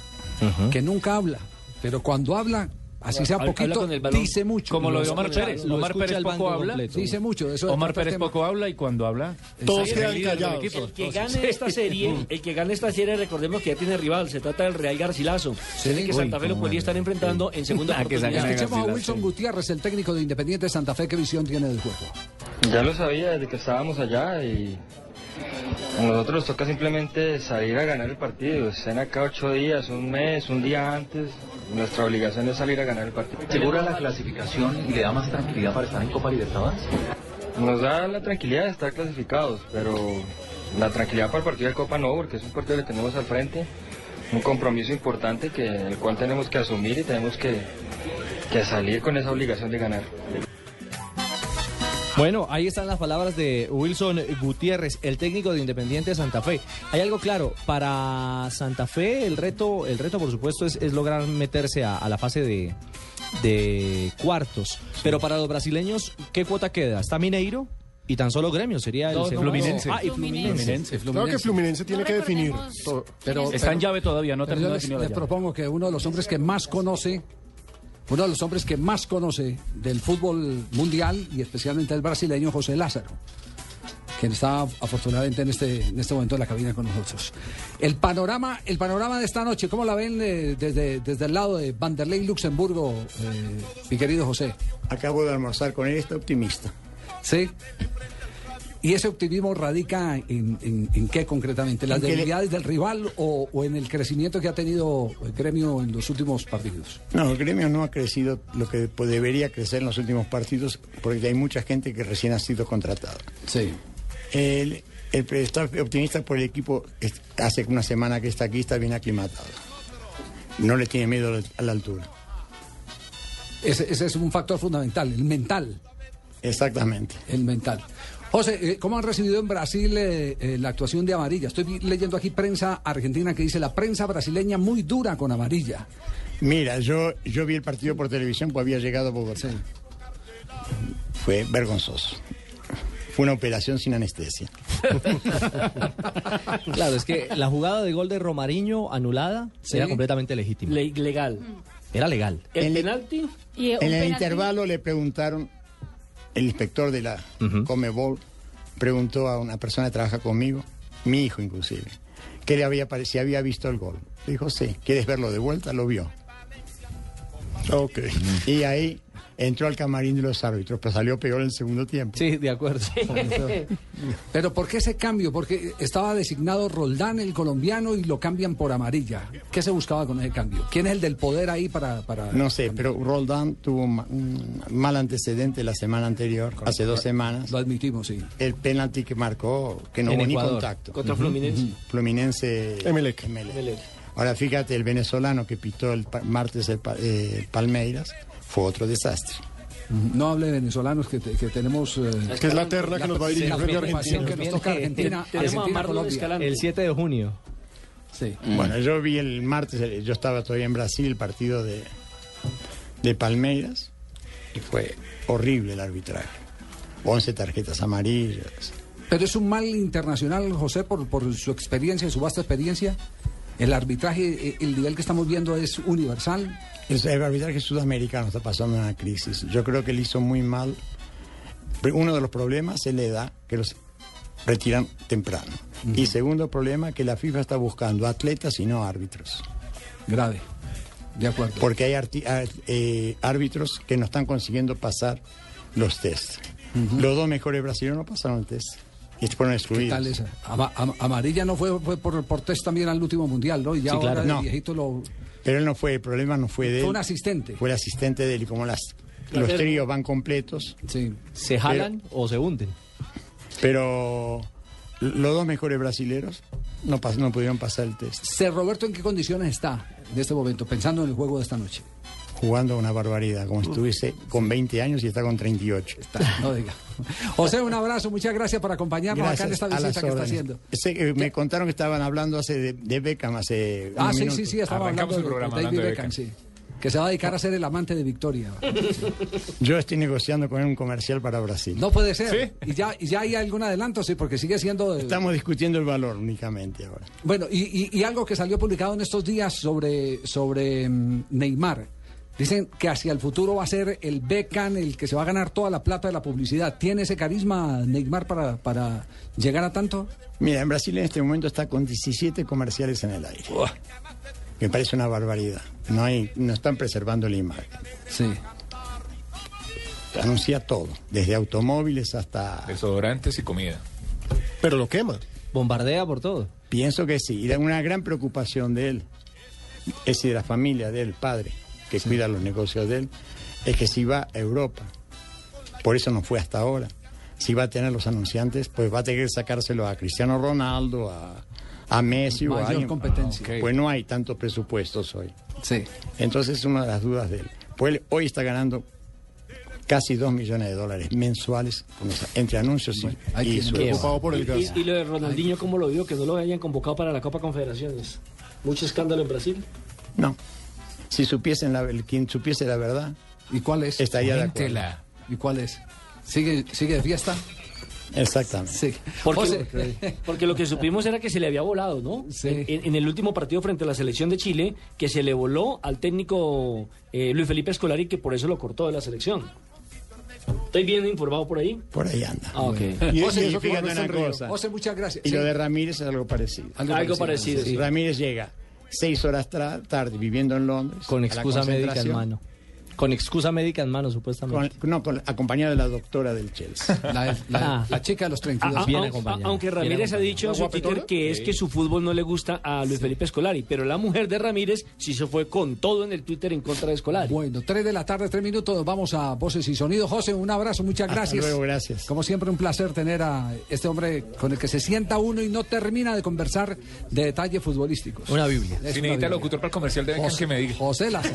que nunca habla, pero cuando habla, así sea Habla- habla poquito, con el balón. dice mucho. Como lo de escucha Omar el balón. Pérez. Omar Pérez poco habla. Dice mucho. de Eso Omar trata el Pérez tema. poco habla y cuando habla... Todos es el quedan líder del callados. equipo. El que Todos. gane esta [laughs] serie, el que gane esta serie, recordemos que ya tiene rival, se trata del Real Garcilaso. Se ve que Uy, Santa Fe lo cómo podría estar enfrentando en segunda [laughs] Ah, que oportunidad. Escuchemos a Wilson Gutiérrez, el técnico de Independiente Santa Fe, qué visión tiene del juego. Ya lo sabía desde que estábamos allá y a nosotros nos toca simplemente salir a ganar el partido. Estén acá ocho días, un mes, un día antes. Nuestra obligación es salir a ganar el partido. ¿Segura la clasificación y le da más tranquilidad para estar en Copa Libertadores? Nos da la tranquilidad de estar clasificados, pero la tranquilidad para el partido de Copa no, porque es un partido que tenemos al frente, un compromiso importante que el cual tenemos que asumir y tenemos que, que salir con esa obligación de ganar. Bueno, ahí están las palabras de Wilson Gutiérrez, el técnico de Independiente Santa Fe. Hay algo claro, para Santa Fe el reto, el reto por supuesto es, es lograr meterse a, a la fase de, de cuartos. Pero para los brasileños, ¿qué cuota queda? ¿Está Mineiro? Y tan solo gremio sería el No, no, segundo. Fluminense. Ah, y Fluminense. Fluminense. Creo que Fluminense tiene No que definir. Pero, Está en llave todavía, no pero terminó yo de les, definirlo les ya. propongo que uno de los hombres que más conoce uno de los hombres que más conoce del fútbol mundial y especialmente el brasileño José Lázaro, quien está afortunadamente en este, en este momento en la cabina con nosotros. El panorama, el panorama de esta noche, ¿cómo la ven eh, desde, desde el lado de Vanderlei Luxemburgo, eh, mi querido José? Acabo de almorzar con él, está optimista. ¿Sí? ¿Y ese optimismo radica en, en- en qué concretamente? ¿Las En que le- debilidades del rival o, o en el crecimiento que ha tenido el gremio en los últimos partidos? No, el gremio no ha crecido lo que po- debería crecer en los últimos partidos porque hay mucha gente que recién ha sido contratada. Sí. El, el pre- está optimista por el equipo, es- hace una semana que está aquí, está bien aclimatado. No le tiene miedo a la- a la altura. Ese, ese es un factor fundamental, el mental. Exactamente. El mental. José, eh, ¿cómo han recibido en Brasil eh, eh, la actuación de Amarilla? Estoy vi- leyendo aquí prensa argentina que dice la prensa brasileña muy dura con Amarilla. Mira, yo, yo vi el partido por televisión, pues había llegado a Bogotá. Fue vergonzoso. Fue una operación sin anestesia. Claro, es que la jugada de gol de Romariño anulada Sí. era completamente legítima. legal. Era legal. En el- penalti? Y [laughs] eh, un en el penalti- intervalo le preguntaron, el inspector de la Comebol preguntó a una persona que trabaja conmigo, mi hijo inclusive, que le había pare- si había visto el gol. Le dijo, sí, ¿quieres verlo de vuelta? Lo vio. Ok. Y ahí entró al camarín de los árbitros, pero salió peor en el segundo tiempo. Sí, de acuerdo. [laughs] Pero ¿por qué ese cambio? Porque estaba designado Roldán, el colombiano, y lo cambian por Amarilla. ¿Qué se buscaba con ese cambio? ¿Quién es el del poder ahí para...? para... No sé, pero Roldán tuvo un ma- un mal antecedente la semana anterior, hace dos semanas. Lo admitimos, sí. El penalti que marcó, que no En hubo ni Ecuador, contacto. contra Fluminense. Fluminense. Emelec. Ahora fíjate, el venezolano que pitó el pa- martes el pa- eh, Palmeiras fue otro desastre. No hable de venezolanos que, te- que tenemos... eh, que es la terna que nos va a dirigir la frente a preocupación Argentina. que nos toca Argentina, Argentina, Colombia. El 7 de junio. Mm. Sí. Bueno, yo vi el martes, el- yo estaba todavía en Brasil, el partido de, de Palmeiras, y fue horrible el arbitraje. 11 tarjetas amarillas. Pero es un mal internacional, José, por, por su experiencia, su vasta experiencia. El arbitraje, eh, el nivel que estamos viendo es universal. Es- El arbitraje sudamericano está pasando una crisis. Yo creo que le hizo muy mal. Pero Uno de los problemas es la edad, que los retiran temprano. Y segundo problema, que la FIFA está buscando atletas y no árbitros. Grave. De acuerdo. Porque hay arti- ar- eh, árbitros que no están consiguiendo pasar los test. Los dos mejores brasileños no pasaron el test. Y se fueron ¿Qué excluidos. tal esa? Ama- am- amarilla no fue, fue por, por test también al último mundial, ¿no? Y ya Sí, ahora claro. el No. viejito lo. Pero él no fue, el problema no fue de él. Fue un asistente. Fue el asistente de él. Y como las, La los terna. tríos van completos. ¿Se jalan o se hunden? Pero los dos mejores brasileros no, pas- no pudieron pasar el test. Ser Roberto, ¿en qué condiciones está en este momento, pensando en el juego de esta noche? Jugando una barbaridad, como estuviese con 20 años y está con 38. No diga. José, un abrazo, muchas gracias por acompañarnos acá en esta a las visita que está órdenes. haciendo. Sé que me contaron que estaban hablando hace de, de Beckham hace Ah, unos sí, sí, minutos. sí, estaba hablando de- de David Beckham, sí. Que se va a dedicar a ser el amante de Victoria. Yo estoy negociando con él un comercial para Brasil. No puede ser. Y, ya, y ya hay algún adelanto, sí, porque sigue siendo. eh, Estamos discutiendo el valor únicamente ahora. Bueno, y, y- y algo que salió publicado en estos días sobre, sobre mm, Neymar. Dicen que hacia el futuro va a ser el Beckham el que se va a ganar toda la plata de la publicidad. ¿Tiene ese carisma Neymar para, para llegar a tanto? Mira, en Brasil en este momento está con 17 comerciales en el aire. Me parece una barbaridad. No hay, no están preservando la imagen. Sí. Anuncia todo, desde automóviles hasta. Desodorantes y comida. Pero lo quema. Bombardea por todo. Pienso que sí. Y da una gran preocupación de él, es decir, de la familia de él, padre, que cuida los negocios de él, es que si va a Europa, por eso no fue hasta ahora, si va a tener los anunciantes, pues va a tener que sacárselo a Cristiano Ronaldo, a, a Messi o a Mayor alguien. competencia. Ah, ok. Pues no hay tantos presupuestos hoy. Sí. Entonces es una de las dudas de él. Pues él hoy está ganando casi 2 millones de dólares mensuales con los- entre anuncios y, y quien- su- Y- y- Y, lo de Ronaldinho, ¿cómo lo vio? Que no lo hayan convocado para la Copa Confederaciones. Mucho escándalo en Brasil. No. Si supiesen la, el- quien supiese la verdad. ¿Y cuál es? Estaría de acuerdo. Cuéntela. ¿Y cuál es? ¿Sigue, sigue de fiesta? Exactamente. Porque, José. porque lo que supimos era que se le había volado, ¿no? En, en el último partido frente a la selección de Chile, que se le voló al técnico eh, Luis Felipe Escolari, que por eso lo cortó de la selección. ¿Estoy bien informado por ahí? Por ahí anda. Ah, ok. Y, y eso, fíjate una cosa. José, muchas gracias. Y Sí. lo de Ramírez es algo parecido. Algo Algo parecido, parecido, sí. Ramírez llega seis horas tra- tarde viviendo en Londres. Con a la excusa médica en concentración, mano. Con excusa médica en mano, supuestamente. con- no, con, acompañado de la doctora del Chelsea. [laughs] La, la- Ah. la chica de los Ah, ah, 32. aun- a- aunque Ramírez ha dicho en su Twitter que es que su fútbol no le gusta a Luis Felipe Escolari, pero la mujer de Ramírez sí se fue con todo en el Twitter en contra de Escolari. Bueno, 3 de la tarde, 3 minutos, nos vamos a Voces y Sonido. José, un abrazo, muchas Hasta gracias. luego, gracias. Como siempre, un placer tener a este hombre con el que se sienta uno y no termina de conversar de detalles futbolísticos. Una Biblia. Si Es una necesita Biblia. locutor para el comercial, deben que me diga. José Lázaro.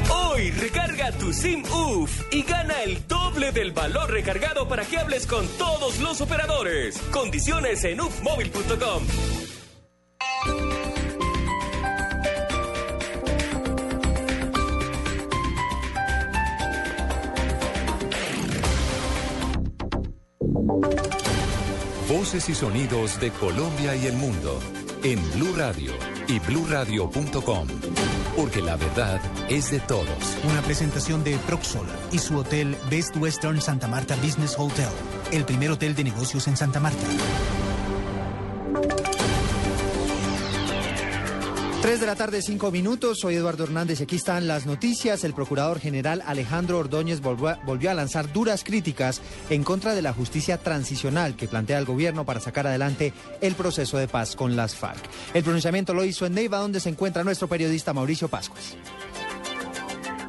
Hoy recarga tu SIM UF y gana el doble del valor recargado para que hables con todos los operadores. Condiciones en ufmobile.com. Voces y sonidos de Colombia y el mundo en Blue Radio y BlueRadio.com, porque la verdad es de todos. Una presentación de Proxol y su hotel Best Western Santa Marta Business Hotel, el primer hotel de negocios en Santa Marta. 3 de la tarde, 5 minutos. Soy Eduardo Hernández y aquí están las noticias. El procurador general Alejandro Ordóñez volvió a, volvió a lanzar duras críticas en contra de la justicia transicional que plantea el gobierno para sacar adelante el proceso de paz con las FARC. El pronunciamiento lo hizo en Neiva, donde se encuentra nuestro periodista Mauricio Pascuas.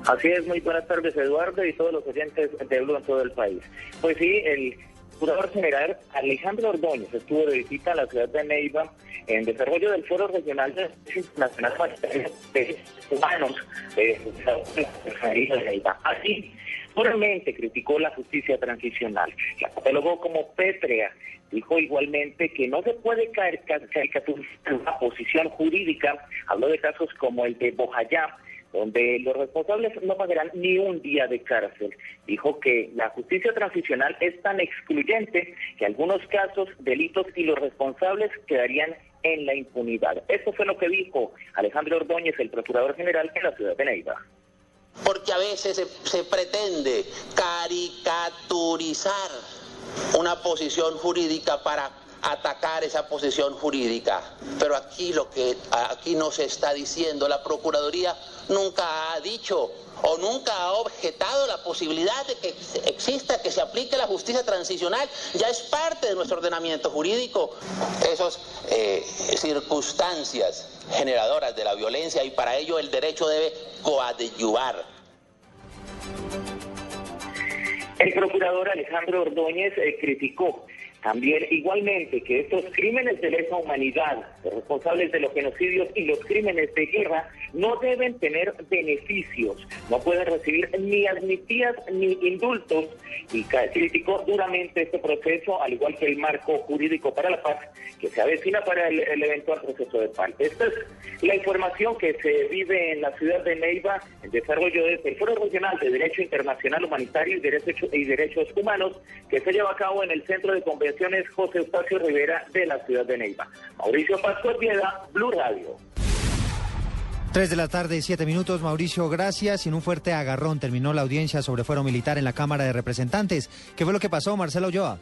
Así es, muy buenas tardes Eduardo y todos los oyentes de Blue en todo el país. Pues sí, el curador general Alejandro Ordóñez estuvo de visita a la ciudad de Neiva en desarrollo del Foro Regional de Derechos Nacional Humanitarios de Derechos Humanos eh, de la Fiscalía de Neiva. Así, duramente criticó la justicia transicional, la catalogó como pétrea, dijo igualmente que no se puede caer ca- caricaturizar una posición jurídica, habló de casos como el de Bojayá, donde los responsables no pagarán ni un día de cárcel. Dijo que la justicia transicional es tan excluyente que algunos casos, delitos y los responsables quedarían en la impunidad. Eso fue lo que dijo Alejandro Ordóñez, el procurador general en la ciudad de Neiva. porque a veces se, se pretende caricaturizar una posición jurídica para atacar esa posición jurídica. Pero aquí lo que aquí no se está diciendo, la Procuraduría nunca ha dicho o nunca ha objetado la posibilidad de que ex- exista, que se aplique la justicia transicional, ya es parte de nuestro ordenamiento jurídico. Esas eh, circunstancias generadoras de la violencia y para ello el derecho debe coadyuvar. El procurador Alejandro Ordóñez eh, criticó también igualmente que estos crímenes de lesa humanidad, los responsables de los genocidios y los crímenes de guerra, no deben tener beneficios, no pueden recibir ni amnistías ni indultos y ca- criticó duramente este proceso, al igual que el marco jurídico para la paz que se avecina para el, el eventual proceso de paz. Esta es la información que se vive en la ciudad de Neiva en desarrollo de- del Foro Regional de Derecho Internacional Humanitario y Derechos, y Derechos Humanos que se lleva a cabo en el Centro de Convenciones José Eustacio Rivera de la ciudad de Neiva. Mauricio Pascual Vieda, Blue Radio. 3 de la tarde, 7 minutos. Mauricio, gracias. Sin un fuerte agarrón terminó la audiencia sobre fuero militar en la Cámara de Representantes. ¿Qué fue lo que pasó, Marcelo Ulloa?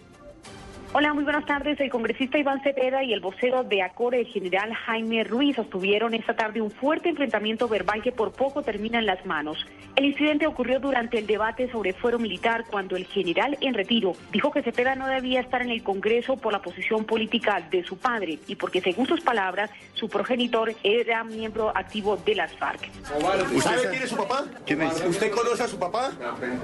Hola, muy buenas tardes. El congresista Iván Cepeda y el vocero de Acore, el general Jaime Ruiz, sostuvieron esta tarde un fuerte enfrentamiento verbal que por poco termina en las manos. El incidente ocurrió durante el debate sobre fuero militar cuando el general en retiro dijo que Cepeda no debía estar en el Congreso por la posición política de su padre y porque, según sus palabras, su progenitor era miembro activo de las FARC. ¿Sabe quién es su papá? ¿Quién es? ¿Usted conoce a su papá?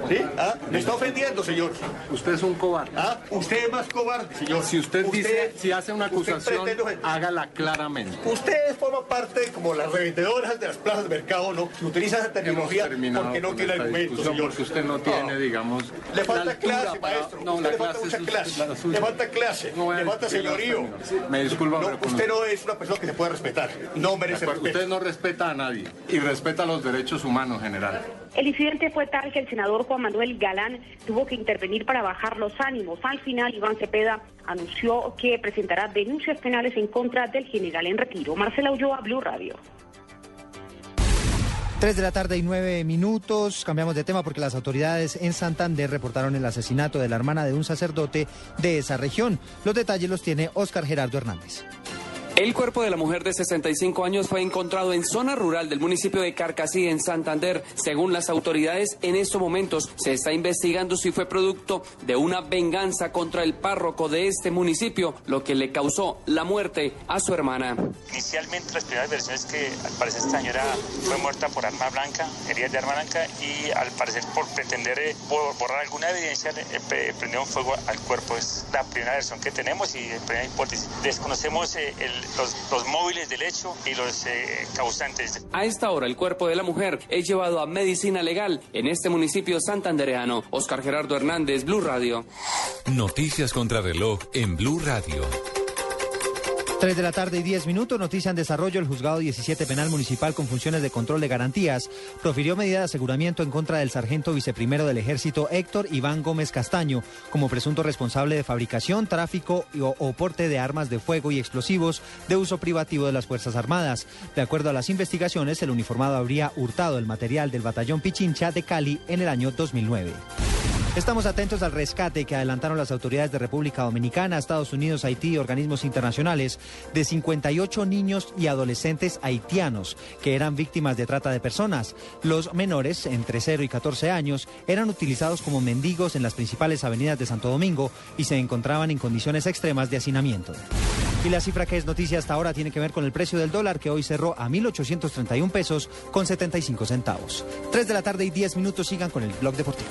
¿Sí? ¿Ah? ¿Me está ofendiendo, señor? Usted es un cobarde. ¿Ah? ¿Usted es más cobarde, señor? Si usted, dice, si hace una usted acusación, pretende ofen- hágala claramente. Ustedes forman parte como las revendedoras de las plazas de mercado, ¿no? Que utilizan esa Hemos terminología terminado porque no con tiene esta argumentos, discusión señor. porque usted no tiene, digamos, Le la falta altura clase, para- maestro. No, Usted la le falta clase mucha es la- clase. la suya. Le falta clase. No voy a Le falta discutir los señorío. términos. Me disculpa, No, hombre, por usted no- no es una persona que se puede respetar. No De merece acuerdo, respeto. Usted no respeta a nadie y respeta los derechos humanos, general. El incidente fue tal que el senador Juan Manuel Galán tuvo que intervenir para bajar los ánimos. Al final, Iván Cepeda anunció que presentará denuncias penales en contra del general en retiro. Marcela Ulloa, Blue Radio. 3 de la tarde y 9 minutos. Cambiamos de tema porque las autoridades en Santander reportaron el asesinato de la hermana de un sacerdote de esa región. Los detalles los tiene Óscar Gerardo Hernández. El cuerpo de la mujer de 65 años fue encontrado en zona rural del municipio de Carcasí, en Santander. Según las autoridades, en estos momentos se está investigando si fue producto de una venganza contra el párroco de este municipio, lo que le causó la muerte a su hermana. Inicialmente las primeras versiones que al parecer esta señora fue muerta por arma blanca, heridas de arma blanca y al parecer por pretender eh, bor- borrar alguna evidencia eh, pe- prendieron fuego al cuerpo. Es la primera versión que tenemos y la primera hipótesis. Desconocemos eh, el- los, los móviles del hecho y los eh, causantes. A esta hora, el cuerpo de la mujer es llevado a medicina legal en este municipio santandereano. Oscar Gerardo Hernández, Blue Radio. Noticias contra reloj en Blue Radio. 3 de la tarde y 10 minutos, noticia en desarrollo, el juzgado 17 penal municipal con funciones de control de garantías profirió medida de aseguramiento en contra del sargento viceprimero del ejército Héctor Iván Gómez Castaño como presunto responsable de fabricación, tráfico y o, o porte de armas de fuego y explosivos de uso privativo de las Fuerzas Armadas. De acuerdo a las investigaciones, el uniformado habría hurtado el material del batallón Pichincha de Cali en el año 2009. Estamos atentos al rescate que adelantaron las autoridades de República Dominicana, Estados Unidos, Haití y organismos internacionales de 58 niños y adolescentes haitianos que eran víctimas de trata de personas. Los menores, entre 0 y 14 años, eran utilizados como mendigos en las principales avenidas de Santo Domingo y se encontraban en condiciones extremas de hacinamiento. Y la cifra que es noticia hasta ahora tiene que ver con el precio del dólar, que hoy cerró a 1.831 pesos con 75 centavos. 3 de la tarde y 10 minutos sigan con el blog deportivo.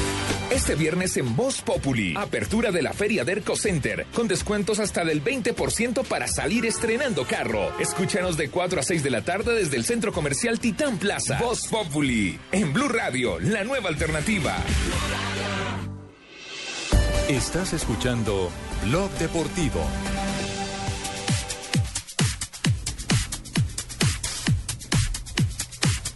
Este viernes en Voz Populi, apertura de la Feria del Eco Center, con descuentos hasta del 20% para salir estrenando carro. Escúchanos de 4 a 6 de la tarde desde el Centro Comercial Titán Plaza. Voz Populi, en Blue Radio, la nueva alternativa. Estás escuchando Blog Deportivo.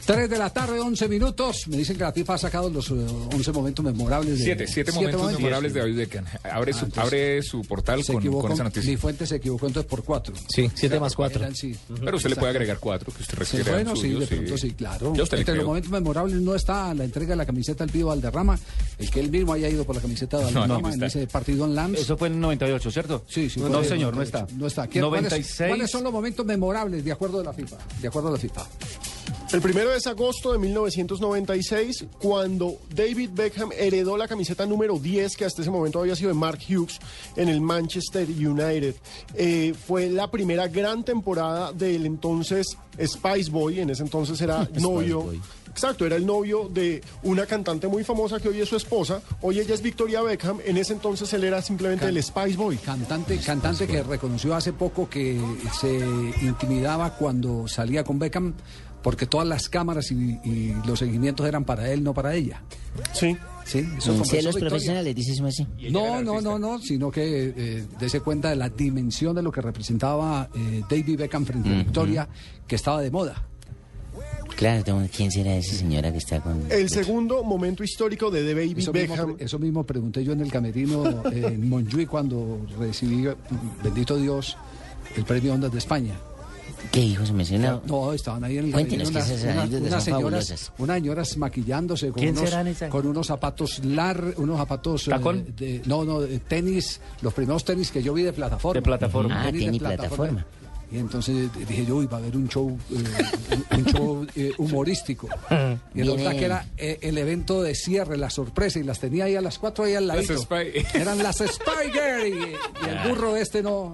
Tres de la tarde, 11 minutos. Me dicen que la FIFA ha sacado los eh, 11 momentos memorables. De, Siete, siete momentos memorables de David Beckham. Abre su, abre su portal Ah, Se con, equivocó, con esa noticia. Mi fuente se equivocó entonces por cuatro. Sí, siete más cuatro. Eran, sí. Pero usted le puede Exacto. agregar cuatro, que usted Sí, requiere. bueno, sí, de pronto sí, claro. Yo a usted le Entre los creo. momentos memorables no está la entrega de la camiseta al Pío Valderrama, el que él mismo haya ido por la camiseta de No, Valderrama no en está. ese partido en Lams. [laughs] Eso fue en el 98, ¿cierto? Sí, sí, No, fue no, en el 98. señor, no está. No está. ¿Quién- cuáles- 96. ¿Cuáles son los momentos memorables de acuerdo a la FIFA? De acuerdo a la FIFA. El primero es agosto de 1996, cuando David Beckham heredó la camiseta número 10, que hasta ese momento había sido de Mark Hughes, en el Manchester United. Eh, fue la primera gran temporada del entonces Spice Boy, en ese entonces [laughs] era Spice novio. Boy. Exacto, era el novio de una cantante muy famosa que hoy es su esposa. Hoy ella es Victoria Beckham. En ese entonces él era simplemente el Spice Boy. Cantante, cantante que reconoció hace poco que se intimidaba cuando salía con Beckham porque todas las cámaras y, y los seguimientos eran para él, no para ella. Sí. Sí, eso En confesó celos Victoria. profesionales, dice eso así. No, no, no, no, sino que eh, dese cuenta de la dimensión de lo que representaba eh, David Beckham frente a Ujú. Victoria, que estaba de moda. Claro, don, ¿quién será esa señora que está con.? Eh, El segundo momento histórico de The Baby Eso mismo, Beckham. pre- eso mismo pregunté yo en el camerino eh, en Montjuic cuando recibí, eh, bendito Dios, el premio Ondas de España. ¿Qué hijos mencionado? No, estaban ahí en el Cuéntenos, camerino que esas anécdotas unas son señoras, fabulosas. unas señoras maquillándose con ¿Quién unos, serán esas? con unos zapatos lar, unos zapatos eh, ¿Tacón? de- no, no, de tenis, los primeros tenis que yo vi de plataforma. De plataforma. Ah, Tenis de tenis plataforma. Y entonces eh, dije yo, uy, va a haber un show, eh, un- un show eh, humorístico. Y resulta Viene- que era eh, el evento de cierre, la sorpresa, y las tenía ahí a las cuatro ahí al Las ladito. Spy- Eran las Spider y, y el burro este no.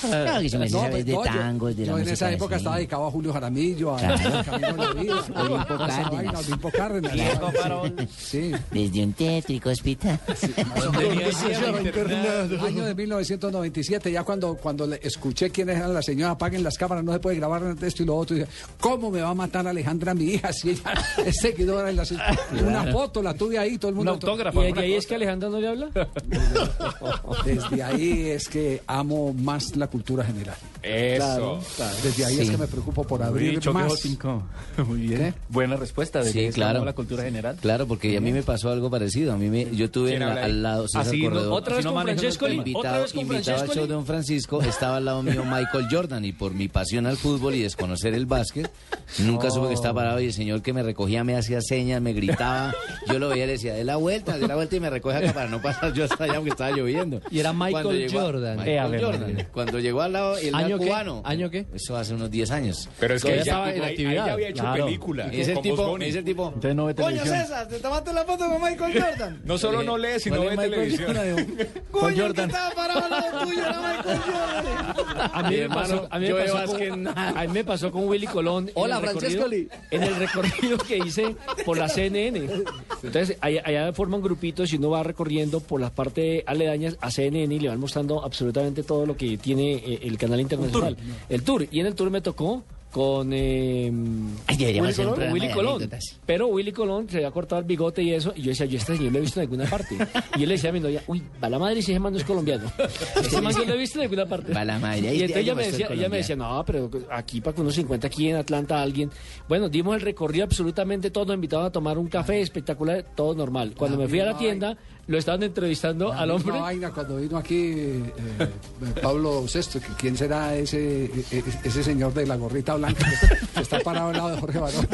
Claro Ah. que se me No, sabe pues, de no, yo- tangos, de la yo en música esa época de- estaba dedicado a Julio Jaramillo, a Claro. Camilo Levín, a [laughs] Olimpo esa vaina, Cárdenas. Olimpo Cárdenas. Olimpo Sí. Desde un tétrico hospital. [laughs] Año de 1997, ya cuando, cuando le escuché quiénes eran las señoras, apaguen las cámaras, no se puede grabar esto y lo otro. y dije, ¿Cómo me va a matar Alejandra, mi hija, si ella [laughs] es seguidora de las. Una foto la tuve ahí, todo el mundo. ¿Y de ahí es que Alejandra no le habla? Desde ahí es que amo más la cultura general. Eso. Claro, claro. Desde ahí es Sí. que me preocupo por Muy abrir bien, Choque más. Jotinco. [laughs] Muy bien. Buena respuesta. de Sí, que es la claro. moda, La cultura general. Claro, porque a mí me pasó algo parecido. A mí me, yo tuve ¿Quién en- habla ahí? al lado César Así no- Corredor. otra vez Así no con manejo los Francescoli, temas. otra Invitado, vez con invitado al show Francescoli. de Don Francisco, estaba al lado mío Michael Jordan y por mi pasión al fútbol y desconocer el básquet, nunca supe que estaba parado y el señor que me recogía me hacía señas, me gritaba. Yo lo veía y le decía, de la vuelta, de la vuelta y me recoge acá para no pasar yo hasta allá porque estaba lloviendo. Y era Cuando Michael llegó a- Jordan. Michael Eh, a ver, Jordan. María. Cuando llegó al [laughs] lado, el ¿Año qué? cubano. ¿Año qué? Eso hace unos 10 años. Pero es que Todavía ahí ya- estaba en ahí- ahí actividad. ya había hecho película. Ese Con Bugs tipo, Bunny. ese tipo. Entonces no ve Coño, televisión. César, te tomaste la foto con Michael Jordan. Eh, [laughs] No solo no lee, sino ve televisión. [laughs] Con Jordan. A mí me pasó, a mí me yo veo pasó que con, a mí me pasó con Willy Colón. en Hola, el recorrido- Francescoli. En el recorrido que hice por la CNN. Entonces, allá, allá forman grupitos y uno va recorriendo por las partes aledañas a CNN y le van mostrando absolutamente todo lo que tiene eh, el canal internacional. El tour. Y en el tour me tocó con eh, deberíamos hacer un Colón, programa Willy de Colón. anécdotas. Pero Willy Colón se había cortado el bigote y eso. Y yo decía, yo a este señor lo he visto en alguna parte. Y él le decía a mi novia, uy, va la madre si ese man no [laughs] es colombiano. Este man yo lo he visto en alguna parte. Va la madre, ahí Y entonces te ella me, hallamos decía, el ella me decía, no, pero aquí para que uno se encuentre aquí en Atlanta alguien. Bueno, dimos el recorrido absolutamente todo, invitados a tomar un café espectacular, todo normal. Cuando me fui a la misma tienda, lo estaban entrevistando al La hombre. misma vaina cuando vino aquí eh, eh, Pablo VI, que quién será ese, eh, eh, ese señor de la gorrita blanca que está, que está parado al lado de Jorge Barón.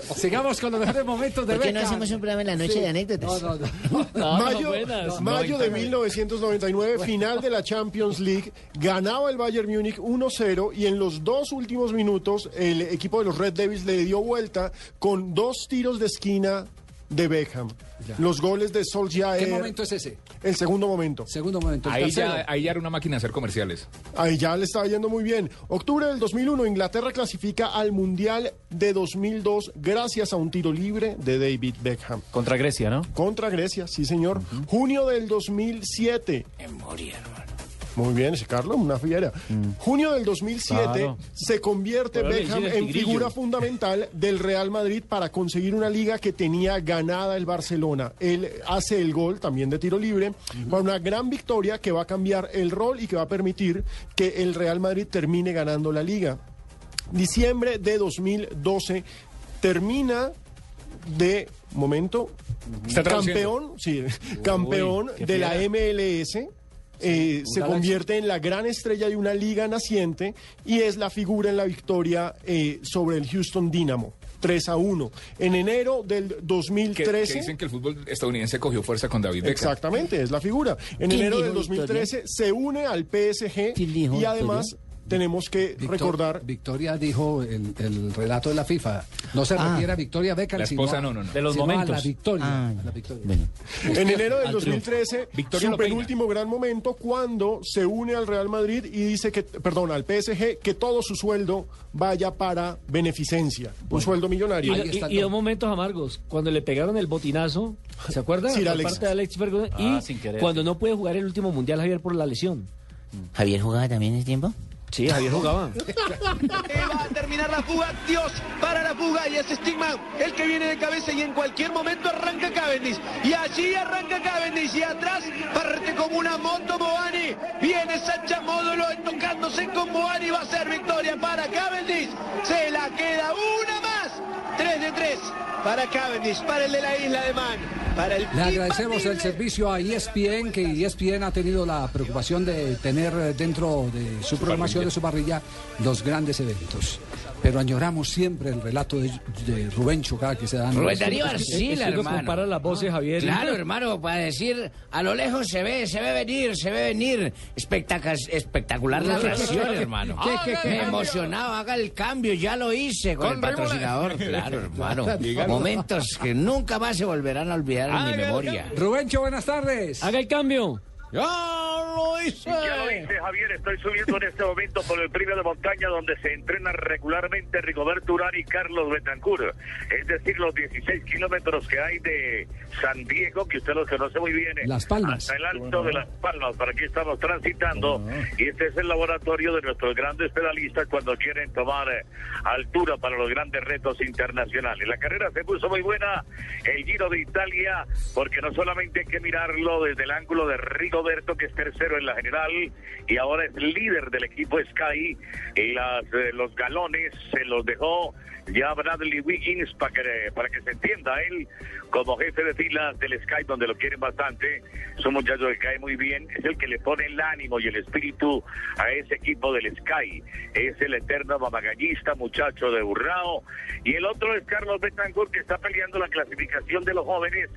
[laughs] Sigamos con los mejores momentos de ¿Por qué no Beckham. hacemos un programa en la noche Sí. de anécdotas? No, no, mayo, mayo de 1999, final de la Champions League, ganaba el Bayern Múnich 1-0 y en los dos últimos minutos el equipo de los Red Devils le dio vuelta con dos tiros de esquina de Beckham. Los goles de Solskjaer. ¿Qué momento es ese? El segundo momento. Segundo momento. Ahí ya, ahí ya era una máquina de hacer comerciales. Ahí ya le estaba yendo muy bien. Octubre del 2001, Inglaterra clasifica al Mundial de 2002 gracias a un tiro libre de David Beckham. Contra Grecia, ¿no? Contra Grecia, sí señor. Junio del 2007. Muy bien, ese Carlos, una fiera. Junio del 2007 Mm. Claro. se convierte Puedo decir Beckham el en tigrillo. figura fundamental del Real Madrid para conseguir una liga que tenía ganada el Barcelona. Él hace el gol también de tiro libre para una gran victoria que va a cambiar el rol y que va a permitir que el Real Madrid termine ganando la liga. Diciembre de 2012 termina de momento Está traduciendo. campeón, sí, campeón qué de la fiera. MLS. eh, se galaxia. convierte en la gran estrella de una liga naciente y es la figura en la victoria eh, sobre el Houston Dynamo 3 a 1 en enero del Que, 2013 que dicen que el fútbol estadounidense cogió fuerza con David Beckham. Exactamente, es la figura. En ¿Quién enero dijo del 2013 se une al PSG y Victoria? además tenemos que Victor- recordar Victoria dijo el, el relato de la FIFA. No se Ah. refiere a Victoria Beckham. La sino esposa, a- no, no, no. De los sino a momentos. la victoria. Ah, a la victoria. En enero del Al triunfo. 2013, Victoria su Lopeina. penúltimo gran momento cuando se une al Real Madrid y dice que, perdón, al PSG, que todo su sueldo vaya para beneficencia, un sueldo Y, millonario. y- y dos momentos amargos. Cuando le pegaron el botinazo, ¿se acuerdan? Sir Por Alex. parte de Alex Ferguson. Ah, y sin querer. cuando no puede jugar el último mundial, Javier, por la lesión. ¿Javier jugaba también en ese tiempo? Sí, Javier jugaba. Va a terminar la fuga. Dios para la fuga y es Stigman el que viene de cabeza y en cualquier momento arranca Cavendish. Y allí arranca Cavendish y atrás parte como una moto Moani. Viene Sacha Módulo tocándose con Moani. Va a ser victoria para Cavendish. Se la queda una más. 3 de 3 para Cavendish, para el de la isla de Man. Para el Le agradecemos el servicio a E ESPN, que ESPN ha tenido la preocupación de tener eh, dentro de su programación, de su parrilla, los grandes eventos. Pero añoramos siempre el relato de, de Rubén Chocá Ah, que se dan. Rubén los- Pues Darío Arcila, Estudio hermano. compara las voces, Javier. Claro, hermano, para decir, a lo lejos se ve, se ve venir, se ve venir. Espectaca- espectacular la reacción, hermano. ¿Qué, qué, qué? Me emocionaba, haga el cambio, ya lo hice con el Corremos la- patrocinador. Claro, hermano. Dígalo. Momentos que nunca más se volverán a olvidar en mi memoria. Rubencho, buenas tardes. Haga el cambio. ¡Ya lo hice! Ya lo hice, Javier. Estoy subiendo en este momento por el premio de montaña donde se entrenan regularmente Rigoberto Urán y Carlos Betancourt. Es decir, los 16 kilómetros que hay de San Diego, que usted los conoce muy bien. eh, Las Palmas. Hasta el alto de Las Palmas. Para aquí estamos transitando. Y este es el laboratorio de nuestros grandes pedalistas cuando quieren tomar eh, altura para los grandes retos internacionales. La carrera se puso muy buena. El Giro de Italia, porque no solamente hay que mirarlo desde el ángulo de Rigoberto, que es tercero en la general y ahora es líder del equipo Sky. Y las, eh, los galones se los dejó ya Bradley Wiggins para que, para que se entienda él como jefe de filas del Sky, donde lo quieren bastante. Es un muchacho que cae muy bien, es el que le pone el ánimo y el espíritu a ese equipo del Sky. Es el eterno mamagallista, muchacho de Burrao. Y el otro es Carlos Betancourt, que está peleando la clasificación de los jóvenes.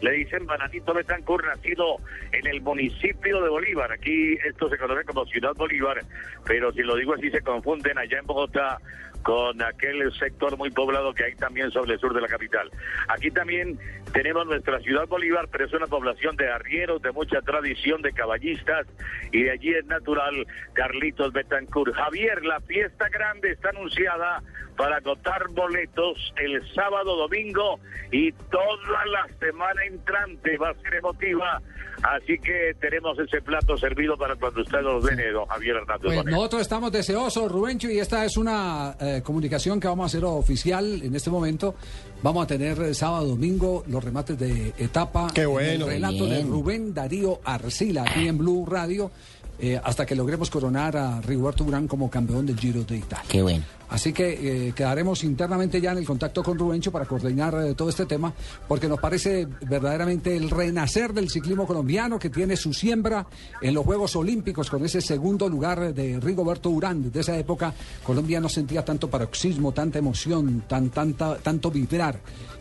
Le dicen Bananito Betancourt, nacido en el municipio de Bolívar. Aquí esto se conoce como Ciudad Bolívar, pero si lo digo así se confunden allá en Bogotá con aquel sector muy poblado que hay también sobre el sur de la capital. Aquí también tenemos nuestra ciudad Bolívar, pero es una población de arrieros, de mucha tradición, de caballistas, y de allí es natural Carlitos Betancourt. Javier, la fiesta grande está anunciada para agotar boletos el sábado, domingo y toda la semana entrante va a ser emotiva. Así que tenemos ese plato servido para cuando usted nos den, don Javier Hernández. Pues Bonet. nosotros estamos deseosos, Rubencho, y esta es una eh, comunicación que vamos a hacer oficial en este momento. Vamos a tener eh, sábado, domingo los remates de etapa. Qué bueno. El relato Muy de bien. Rubén Darío Arcila aquí en Blue Radio eh, hasta que logremos coronar a Rigoberto Urán como campeón del Giro de Italia. Qué bueno. Así que eh, quedaremos internamente ya en el contacto con Rubencho para coordinar eh, todo este tema, porque nos parece verdaderamente el renacer del ciclismo colombiano que tiene su siembra en los Juegos Olímpicos con ese segundo lugar eh, de Rigoberto Urán. Desde esa época Colombia no sentía tanto paroxismo, tanta emoción, tan, tanta, tanto vibrar.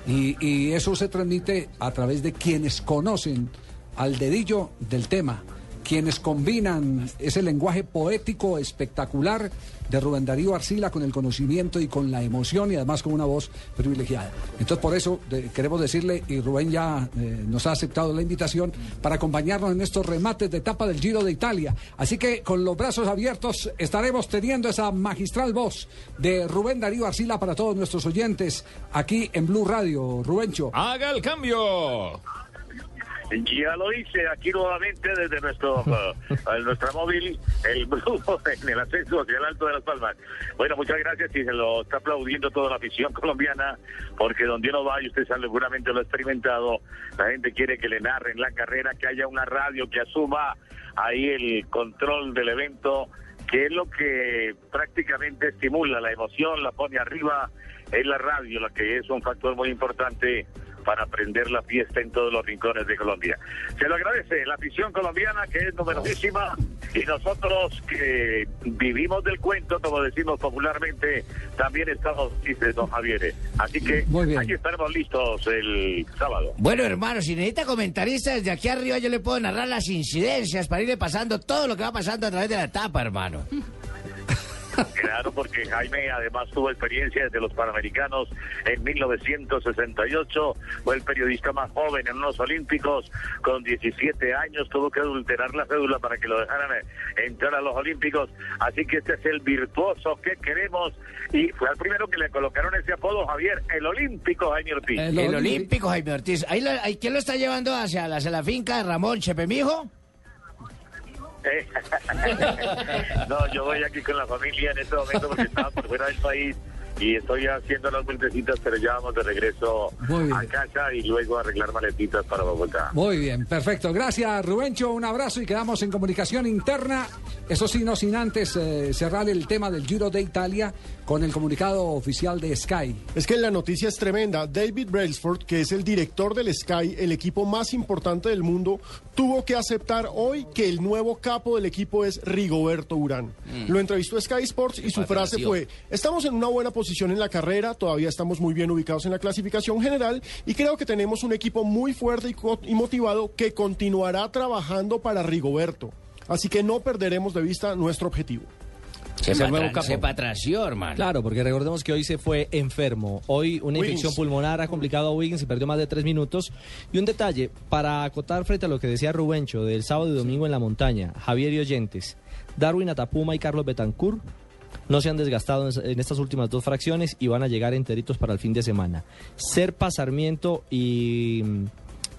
Y, y eso se transmite a través de quienes conocen al dedillo del tema quienes combinan ese lenguaje poético espectacular de Rubén Darío Arcila con el conocimiento y con la emoción y además con una voz privilegiada. Entonces por eso de- queremos decirle, y Rubén ya eh, nos ha aceptado la invitación, para acompañarnos en estos remates de etapa del Giro de Italia. Así que con los brazos abiertos estaremos teniendo esa magistral voz de Rubén Darío Arcila para todos nuestros oyentes aquí en Blue Radio. Rubencho. Haga el cambio. Ya lo hice aquí nuevamente desde nuestro eh, nuestra móvil, el grupo [laughs] en el ascenso hacia el Alto de las Palmas. Bueno, muchas gracias y se lo está aplaudiendo toda la afición colombiana, porque donde uno va, y usted sabe, seguramente lo ha experimentado, la gente quiere que le narren la carrera, que haya una radio que asuma ahí el control del evento, que es lo que prácticamente estimula la emoción, la pone arriba, es la radio, la que es un factor muy importante para aprender la fiesta en todos los rincones de Colombia. Se lo agradece la afición colombiana, que es numerosísima, y nosotros que vivimos del cuento, como decimos popularmente, también estamos tristes, don Javier. Así que aquí estaremos listos el sábado. Bueno, hermano, si necesita comentaristas, de aquí arriba yo le puedo narrar las incidencias para irle pasando todo lo que va pasando a través de la etapa, hermano. Claro, porque Jaime además tuvo experiencia desde los Panamericanos en 1968, fue el periodista más joven en unos Olímpicos, con 17 años tuvo que adulterar la cédula para que lo dejaran eh, entrar a los Olímpicos, así que este es el virtuoso que queremos y fue el primero que le colocaron ese apodo, Javier, el Olímpico Jaime Ortiz. El, Olímpico, Jaime Ortiz. Ahí lo- ahí- ¿Quién lo está llevando hacia, la- hacia la finca de Ramón Chepemijo? Eh, [laughs] no, yo voy aquí con la familia en este momento porque estaba por fuera del país y estoy haciendo las vueltecitas, pero ya vamos de regreso Muy bien. a casa y luego arreglar maletitas para Bogotá. Muy bien, perfecto. Gracias, Rubencho. Un abrazo y quedamos en comunicación interna. Eso sí, no sin antes eh, cerrar el tema del Giro de Italia con el comunicado [laughs] oficial de Sky. Es que la noticia es tremenda. David Brailsford, que es el director del Sky, el equipo más importante del mundo, tuvo que aceptar hoy que el nuevo capo del equipo es Rigoberto Urán. Mm. Lo entrevistó Sky Sports y su frase patracio. fue, estamos en una buena posición en la carrera, todavía estamos muy bien ubicados en la clasificación general y creo que tenemos un equipo muy fuerte y, co- y motivado que continuará trabajando para Rigoberto. Así que no perderemos de vista nuestro objetivo. Se, Es el nuevo patra- capo. se patració, hermano. Claro, porque recordemos que hoy se fue enfermo. Hoy una Wiggins. infección pulmonar ha complicado a Wiggins y perdió más de tres minutos. Y un detalle, para acotar frente a lo que decía Rubencho del sábado y domingo en la montaña, Javier y Oyentes, Darwin Atapuma y Carlos Betancourt no se han desgastado en, en estas últimas dos fracciones y van a llegar enteritos para el fin de semana. Serpa, Sarmiento y,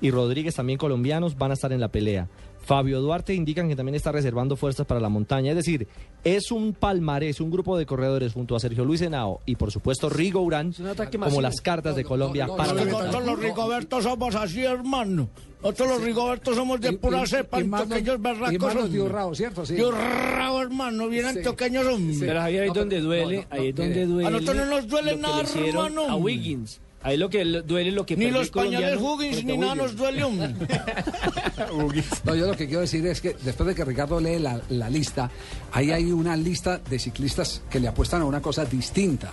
y Rodríguez, también colombianos, van a estar en la pelea. Fabio Duarte indican que también está reservando fuerzas para la montaña. Es decir, es un palmarés, un grupo de corredores junto a Sergio Luis Henao y por supuesto Rigo Urán, como masivo. las cartas de Colombia para la Nosotros los Rigobertos somos así, hermano. Nosotros los Rigobertos somos de pura cepa, antioqueños berracos. y manos de hombre. hurrao, ¿cierto? Sí. De hurrao, hermano, bien antoqueños hombre. Pero Javier, ahí es donde duele, ahí es donde duele. A nosotros no nos duele lo que nada, le hicieron hermano. A Wiggins. Ahí lo que le duele es lo que Ni perdió los el colombiano pañales Huggins frente a ni nada Wiggins. nos duele, hombre. No, yo lo que quiero decir es que después de que Ricardo lee la, la lista, ahí hay una lista de ciclistas que le apuestan a una cosa distinta.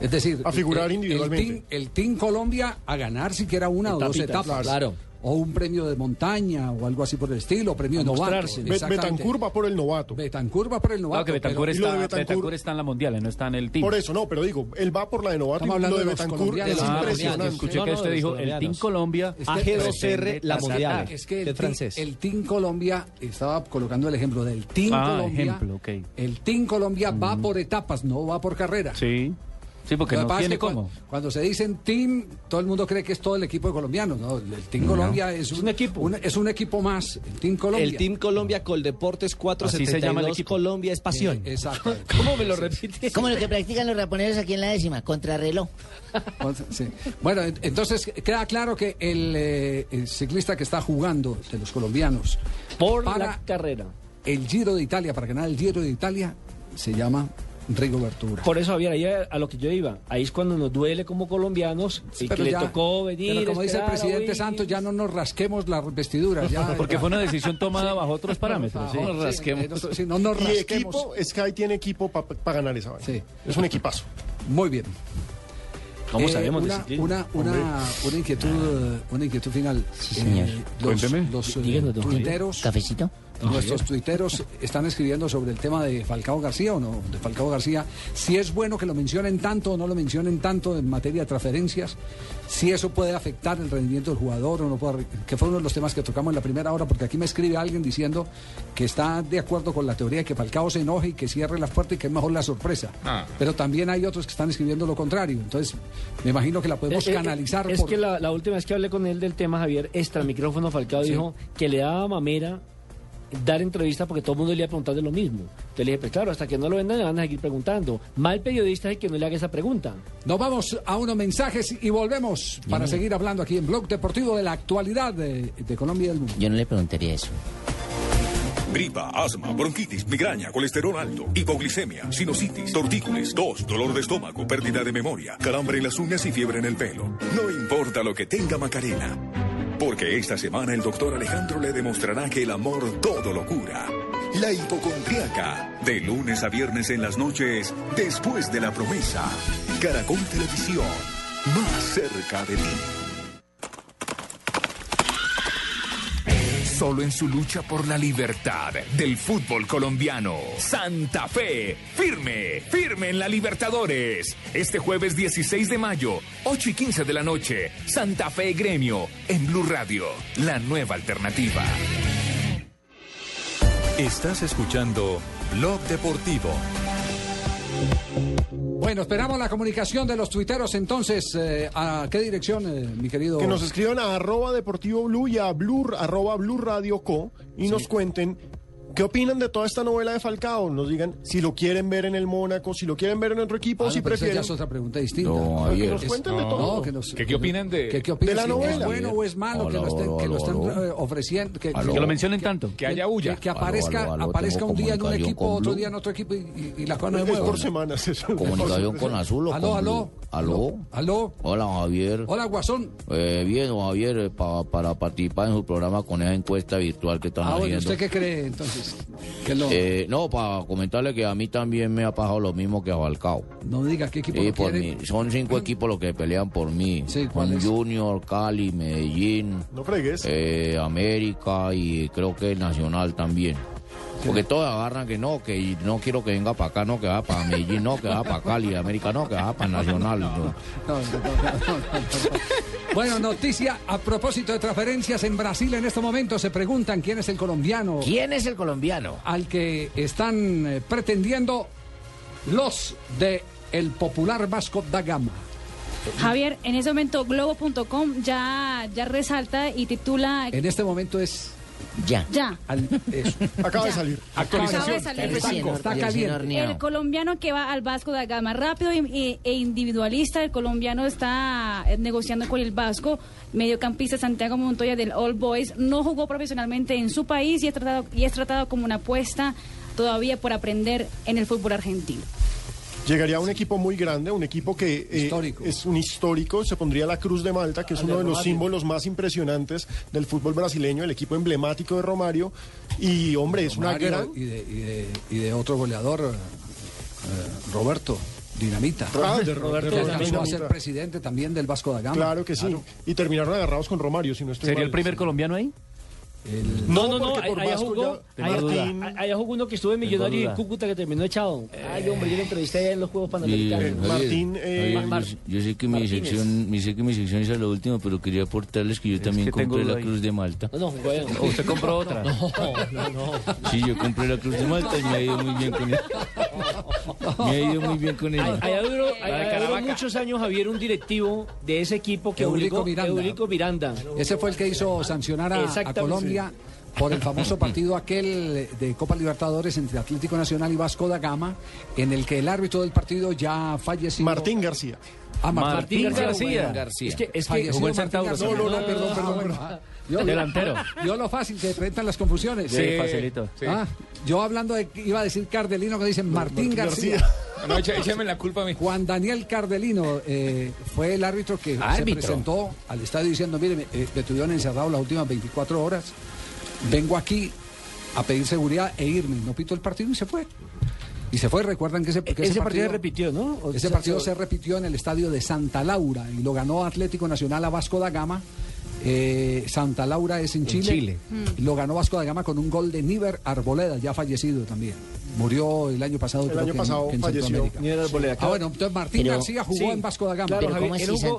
Es decir, eh, A figurar el- el- individualmente. El team, el Team Colombia a ganar siquiera una o dos Etapitas, etapas. claro. O un premio de montaña o algo así por el estilo, premio de novato. Bet- Betancur va por el novato. Betancur va por el Claro novato. que Betancur pero- está- Y lo de Betancur- Betancur está en la mundial, no está en el team. Por eso, no, pero digo, él va por la de novato y Estamos lo hablando de de los Betancur colombianos. es Ah, impresionante. colombianos, escuché que usted dijo, el Team Colombia Es que- pretende es que atacar. Es que el, Que Team- francés. el Team Colombia, estaba colocando el ejemplo del Team Ah, Colombia. eh, ejemplo, ok. El Team Colombia va por etapas, no va por carrera. Sí. Sí, porque Lo que no pasa es tiene que cuan- cómo. Cuando, se dicen team, todo el mundo cree que es todo el equipo de colombianos. ¿no? El Team No. Colombia es un, equipo. es un equipo más. El Team Colombia. El Team Colombia Coldeportes 472 Así se llama el equipo. Colombia es pasión. Exacto. ¿Cómo me lo repite? [laughs] Como lo que practican los raponeros aquí en la décima, contrarreloj. Sí. Bueno, en- entonces queda claro que el, eh, el ciclista que está jugando de los colombianos Por para la carrera. el Giro de Italia, para ganar el Giro de Italia, se llama Rigoberto Urán. Por eso, Javier, ahí a, a lo que yo iba. Ahí es cuando nos duele como colombianos y que Pero le ya- tocó venir. Pero como dice el esperar Eh, a presidente Wiggins. Santos, ya no nos rasquemos las vestiduras. Ya, [laughs] Porque fue una decisión tomada bajo otros parámetros. sí. Sí, no nos y rasquemos. equipo, Sky tiene equipo para ganar esa vaina. Es un equipazo. Muy bien. ¿Cómo Eh, sabemos de una, ciclismo? una, una, una inquietud, eh, una inquietud final. Sí, señor. los, Cuénteme. los, eh, Díganos, don Javier. tuiteros, ¿Cafecito? nuestros tuiteros están escribiendo sobre el tema de Falcao García o no, de Falcao García. Si es bueno que lo mencionen tanto o no lo mencionen tanto en materia de transferencias, si eso puede afectar el rendimiento del jugador o no puede, que fue uno de los temas que tocamos en la primera hora, porque aquí me escribe alguien diciendo que está de acuerdo con la teoría de que Falcao se enoje y que cierre las puertas y que es mejor la sorpresa. Ah. Pero también hay otros que están escribiendo lo contrario. Entonces, me imagino que la podemos Eh, eh, canalizar Es por... que la, la última vez que hablé con él del tema, Javier, extra micrófono Falcao Sí. dijo que le daba mamera dar entrevista porque todo el mundo le iba a preguntar de lo mismo. Entonces le dije, pues claro, hasta que no lo vendan le van a seguir preguntando. Mal periodista es el que no le haga esa pregunta. Nos vamos a unos mensajes y volvemos para Bien. seguir hablando aquí en Blog Deportivo de la actualidad de, de Colombia y del mundo. Yo no le preguntaría eso. Gripa, asma, bronquitis, migraña, colesterol alto, hipoglicemia, sinusitis, tortícolis, tos, dolor de estómago, pérdida de memoria, calambre en las uñas y fiebre en el pelo. No importa lo que tenga Macarena. Porque esta semana el doctor Alejandro le demostrará que el amor todo lo cura. La hipocondriaca. De lunes a viernes en las noches, después de la promesa. Caracol Televisión. Más cerca de ti. Solo en su lucha por la libertad del fútbol colombiano. Santa Fe, firme, firme en la Libertadores. Este jueves 16 de mayo, 8 y 15 de la noche, Santa Fe Gremio, en Blue Radio, la nueva alternativa. Estás escuchando Blog Deportivo. Bueno, esperamos la comunicación de los tuiteros entonces. eh, ¿A qué dirección, eh, mi querido? Que nos escriban a arroba deportivo blue y a blur, arroba blue radio co y nos cuenten ¿Qué opinan de toda esta novela de Falcao? Nos digan si lo quieren ver en el Mónaco, si lo quieren ver en otro equipo, Ah, o si no, pero esa ya prefieren. es otra pregunta distinta. No, Javier. Que nos cuenten de No, todo. que nos- ¿Que qué opinan de- que qué opinan, de la si novela? Es bueno o es malo que lo estén, que lo estén, eh, ofreciendo. Que, Aló. Que lo mencionen tanto. Que haya bulla. Que, que aparezca, Aló, aló, aló, aparezca tengo un día en un comunicación equipo, con otro Blue. día en otro equipo y, y- y la cosa no se Es mueve. por semanas eso. Comunicación con Azul o Aló, con aló. Blue? Aló. Aló. Hola, Javier. Hola, Guasón. Eh, bien, don Javier, eh, pa- para participar en su programa con esa encuesta virtual que están Ah, bueno, haciendo. ¿usted qué cree entonces? Que lo, Eh, no, para comentarle que a mí también me ha pasado lo mismo que a Falcao. no diga qué equipo Sí, lo por quiere. mí. Son cinco equipos los que pelean por mí. Son Junior, Cali, Medellín, No fregues. eh, América y creo que Nacional también. Porque todos agarran que no, que no quiero que venga para acá, no, que va para Medellín, no, que va para Cali, América, no, que va para Nacional. no. No, no, no, no, no, no. Bueno, noticia a propósito de transferencias en Brasil en este momento. Se preguntan quién es el colombiano. ¿Quién es el colombiano? Al que están eh, pretendiendo los de el popular Vasco da Gama. Javier, en ese momento globo.com ya, ya resalta y titula En este momento es ya. ya. Al- eso. [laughs] Acaba de salir. Acaba de salir. Está- Está El caliente. colombiano que va al Vasco da Gama rápido y- y- e individualista, el colombiano está eh, negociando con el Vasco, mediocampista Santiago Montoya del All Boys, no jugó profesionalmente en su país y es tratado, y es tratado como una apuesta todavía por aprender en el fútbol argentino. Llegaría a un equipo muy grande, un equipo que eh, es un histórico, se pondría Ah, la Cruz de Malta, que es Al de uno de los Romario. símbolos más impresionantes del fútbol brasileño, el equipo emblemático de Romario. Y hombre, es una Romario gran... y, de, y de- y de otro goleador, eh, eh, Roberto Dinamita. Ah, de Roberto que Dinamita. alcanzó a ser presidente también del Vasco da Gama. Claro que sí. Y terminaron agarrados con Romario, si no estoy ¿Sería mal. el primer colombiano ahí? No, No, no, porque por allá Vasco jugó, ya- allá, Martín- allá- allá jugó uno que estuvo en Tengo Millonario y en duda. Cúcuta que terminó echado. Ay, hombre, yo lo entrevisté allá en los Juegos Panamericanos. Javier, eh, [laughs] Javier, yo- Mar- yo, sé que mi Martínez. sección, mi- sé que mi sección es a lo último, pero quería aportarles que yo también que tengo compré la duda ahí. Cruz de Malta. No, no, bueno. ¿O usted compró otra? No, no, no. Sí, yo compré la Cruz de Malta y me ha ido muy bien con ella. Me ha ido muy bien con ella. Allá duró, La de allá duró Caravaca. muchos años Javier, un directivo de ese equipo que Eurico obligó Miranda. Eurico Miranda. Ese fue el que hizo sancionar a- a, Exactamente. Colombia por el famoso partido aquel de Copa Libertadores entre Atlético Nacional y Vasco da Gama, en el que el árbitro del partido ya falleció. Martín García. Ah, Mar- Martín García. bueno. García. Es que, es que Fallecido jugó en Martín Santa Cruz. García. No, no, no, Ah, perdón, perdón. perdón. bueno. Yo- Delantero. [laughs] Yo lo fácil que presentan las confusiones. Sí, Sí, facilito. sí. Ah, yo hablando de, iba a decir Cardelino que dicen Martín, Martín García. García. No, echa- échame la culpa a mí. Juan Daniel Cardelino eh, fue el árbitro que se Árbitro. presentó al estadio diciendo, mire, me, eh, me tuvieron encerrado las últimas 24 horas, vengo aquí a pedir seguridad e irme. No pito el partido y se fue. Y se fue, recuerdan que ese, que Ese, partido, se repitió, ¿no? O ese sea, partido se repitió en el estadio de Santa Laura y lo ganó Atlético Nacional a Vasco da Gama. Eh, Santa Laura es en Chile. Mm. Chile. Lo ganó Vasco da Gama con un gol de Níver Arboleda, ya fallecido también. Murió el año pasado. El creo año que pasado en, falleció Centroamérica. Níver Arboleda, Ah, claro. bueno, entonces Martín Pero- García jugó sí, en Vasco da Gama. claro, Javier, él jugó- él jugó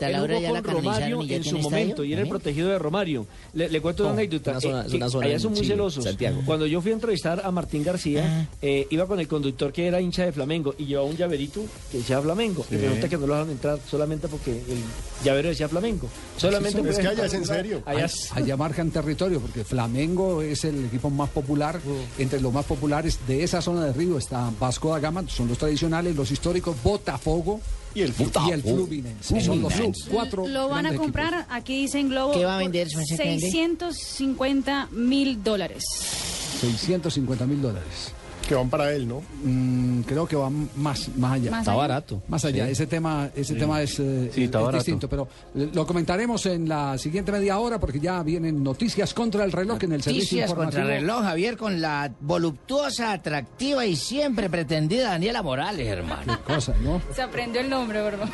ya con Romario en su momento y era el protegido de Romario. Le, le cuento una No, anécdota. una zona- eh, es que una zona allá en son muy Chile, celosos. Santiago. Cuando yo fui a entrevistar a Martín García, eh, iba con el conductor que era hincha de Flamengo y llevaba un llaverito que decía Flamengo. Y Sí. resulta que no lo dejaron entrar solamente porque el llavero decía Flamengo. Solamente Ah, Es por que eso. allá es en serio. Allá Allá, es- allá marcan territorio porque Flamengo es el equipo más popular. Oh. Entre los más populares de esa zona de Río está Vasco da Gama, son los tradicionales, los históricos, Botafogo y el, Fluminense. Son los cuatro. Lo van a grandes comprar, aquí dice en Globo, ¿Qué va a por vender, su merced, que vende? 650 mil dólares. equipos. 650 mil dólares. Mm, Que van para él, ¿no? creo que van más, más allá. Más Está allá. barato. Más allá. Sí. Ese tema, ese Sí. tema es, eh, Sí, está es barato. distinto. Pero eh, lo comentaremos en la siguiente media hora porque ya vienen noticias contra el reloj en el servicio Noticias informativo. contra reloj, Javier, con la voluptuosa, atractiva y siempre pretendida Daniela Morales, hermano. cosa, ¿no? Se aprendió el nombre, [laughs] ¿verdad?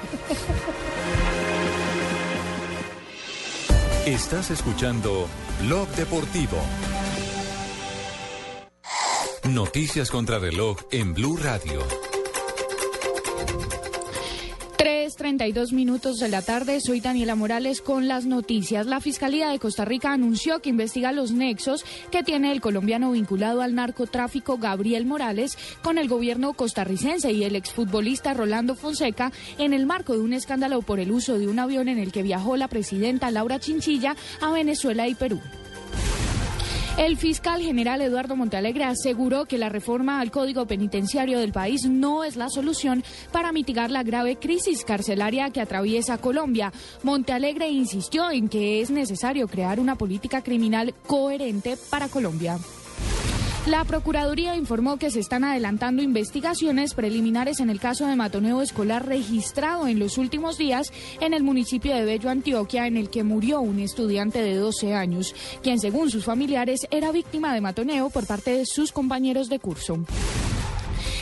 Estás escuchando Blog Deportivo. Noticias contra reloj en Blue Radio. 3.32 minutos de la tarde, soy Daniela Morales con las noticias. La Fiscalía de Costa Rica anunció que investiga los nexos que tiene el colombiano vinculado al narcotráfico Gabriel Morales con el gobierno costarricense y el exfutbolista Rolando Fonseca en el marco de un escándalo por el uso de un avión en el que viajó la presidenta Laura Chinchilla a Venezuela y Perú. El fiscal general Eduardo Montealegre aseguró que la reforma al Código Penitenciario del país no es la solución para mitigar la grave crisis carcelaria que atraviesa Colombia. Montealegre insistió en que es necesario crear una política criminal coherente para Colombia. La Procuraduría informó que se están adelantando investigaciones preliminares en el caso de matoneo escolar registrado en los últimos días en el municipio de Bello, Antioquia, en el que murió un estudiante de 12 años, quien según sus familiares era víctima de matoneo por parte de sus compañeros de curso.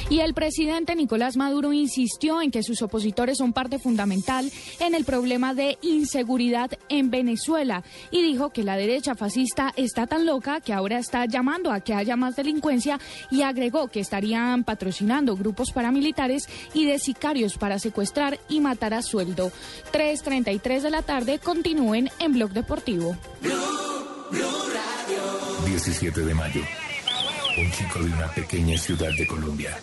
Y el presidente Nicolás Maduro insistió en que sus opositores son parte fundamental en el problema de inseguridad en Venezuela y dijo que la derecha fascista está tan loca que ahora está llamando a que haya más delincuencia y agregó que estarían patrocinando grupos paramilitares y de sicarios para secuestrar y matar a sueldo. 3.33 de la tarde continúen en Blog Deportivo. 17 de mayo. Un chico de una pequeña ciudad de Colombia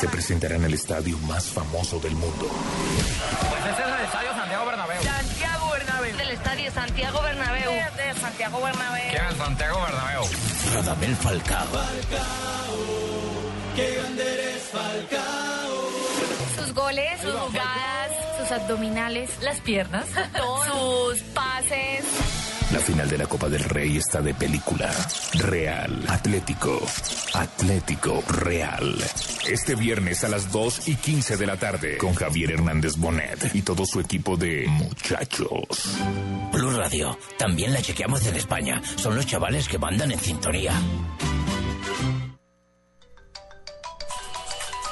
se presentará en el estadio más famoso del mundo. Pues ese es el estadio Santiago Bernabéu. Santiago Bernabéu. Del estadio Santiago Bernabéu. De Santiago Bernabéu. ¿Qué es Santiago Bernabéu? Radamel Falcao. Sus goles, sus jugadas, sus abdominales, las piernas, [laughs] sus pases. La final de la Copa del Rey está de película. Real, Atlético, Atlético, Real. Este viernes a las 2 y 15 de la tarde con Javier Hernández Bonet y todo su equipo de muchachos. Blue Radio, también la chequeamos en España. Son los chavales que mandan en sintonía.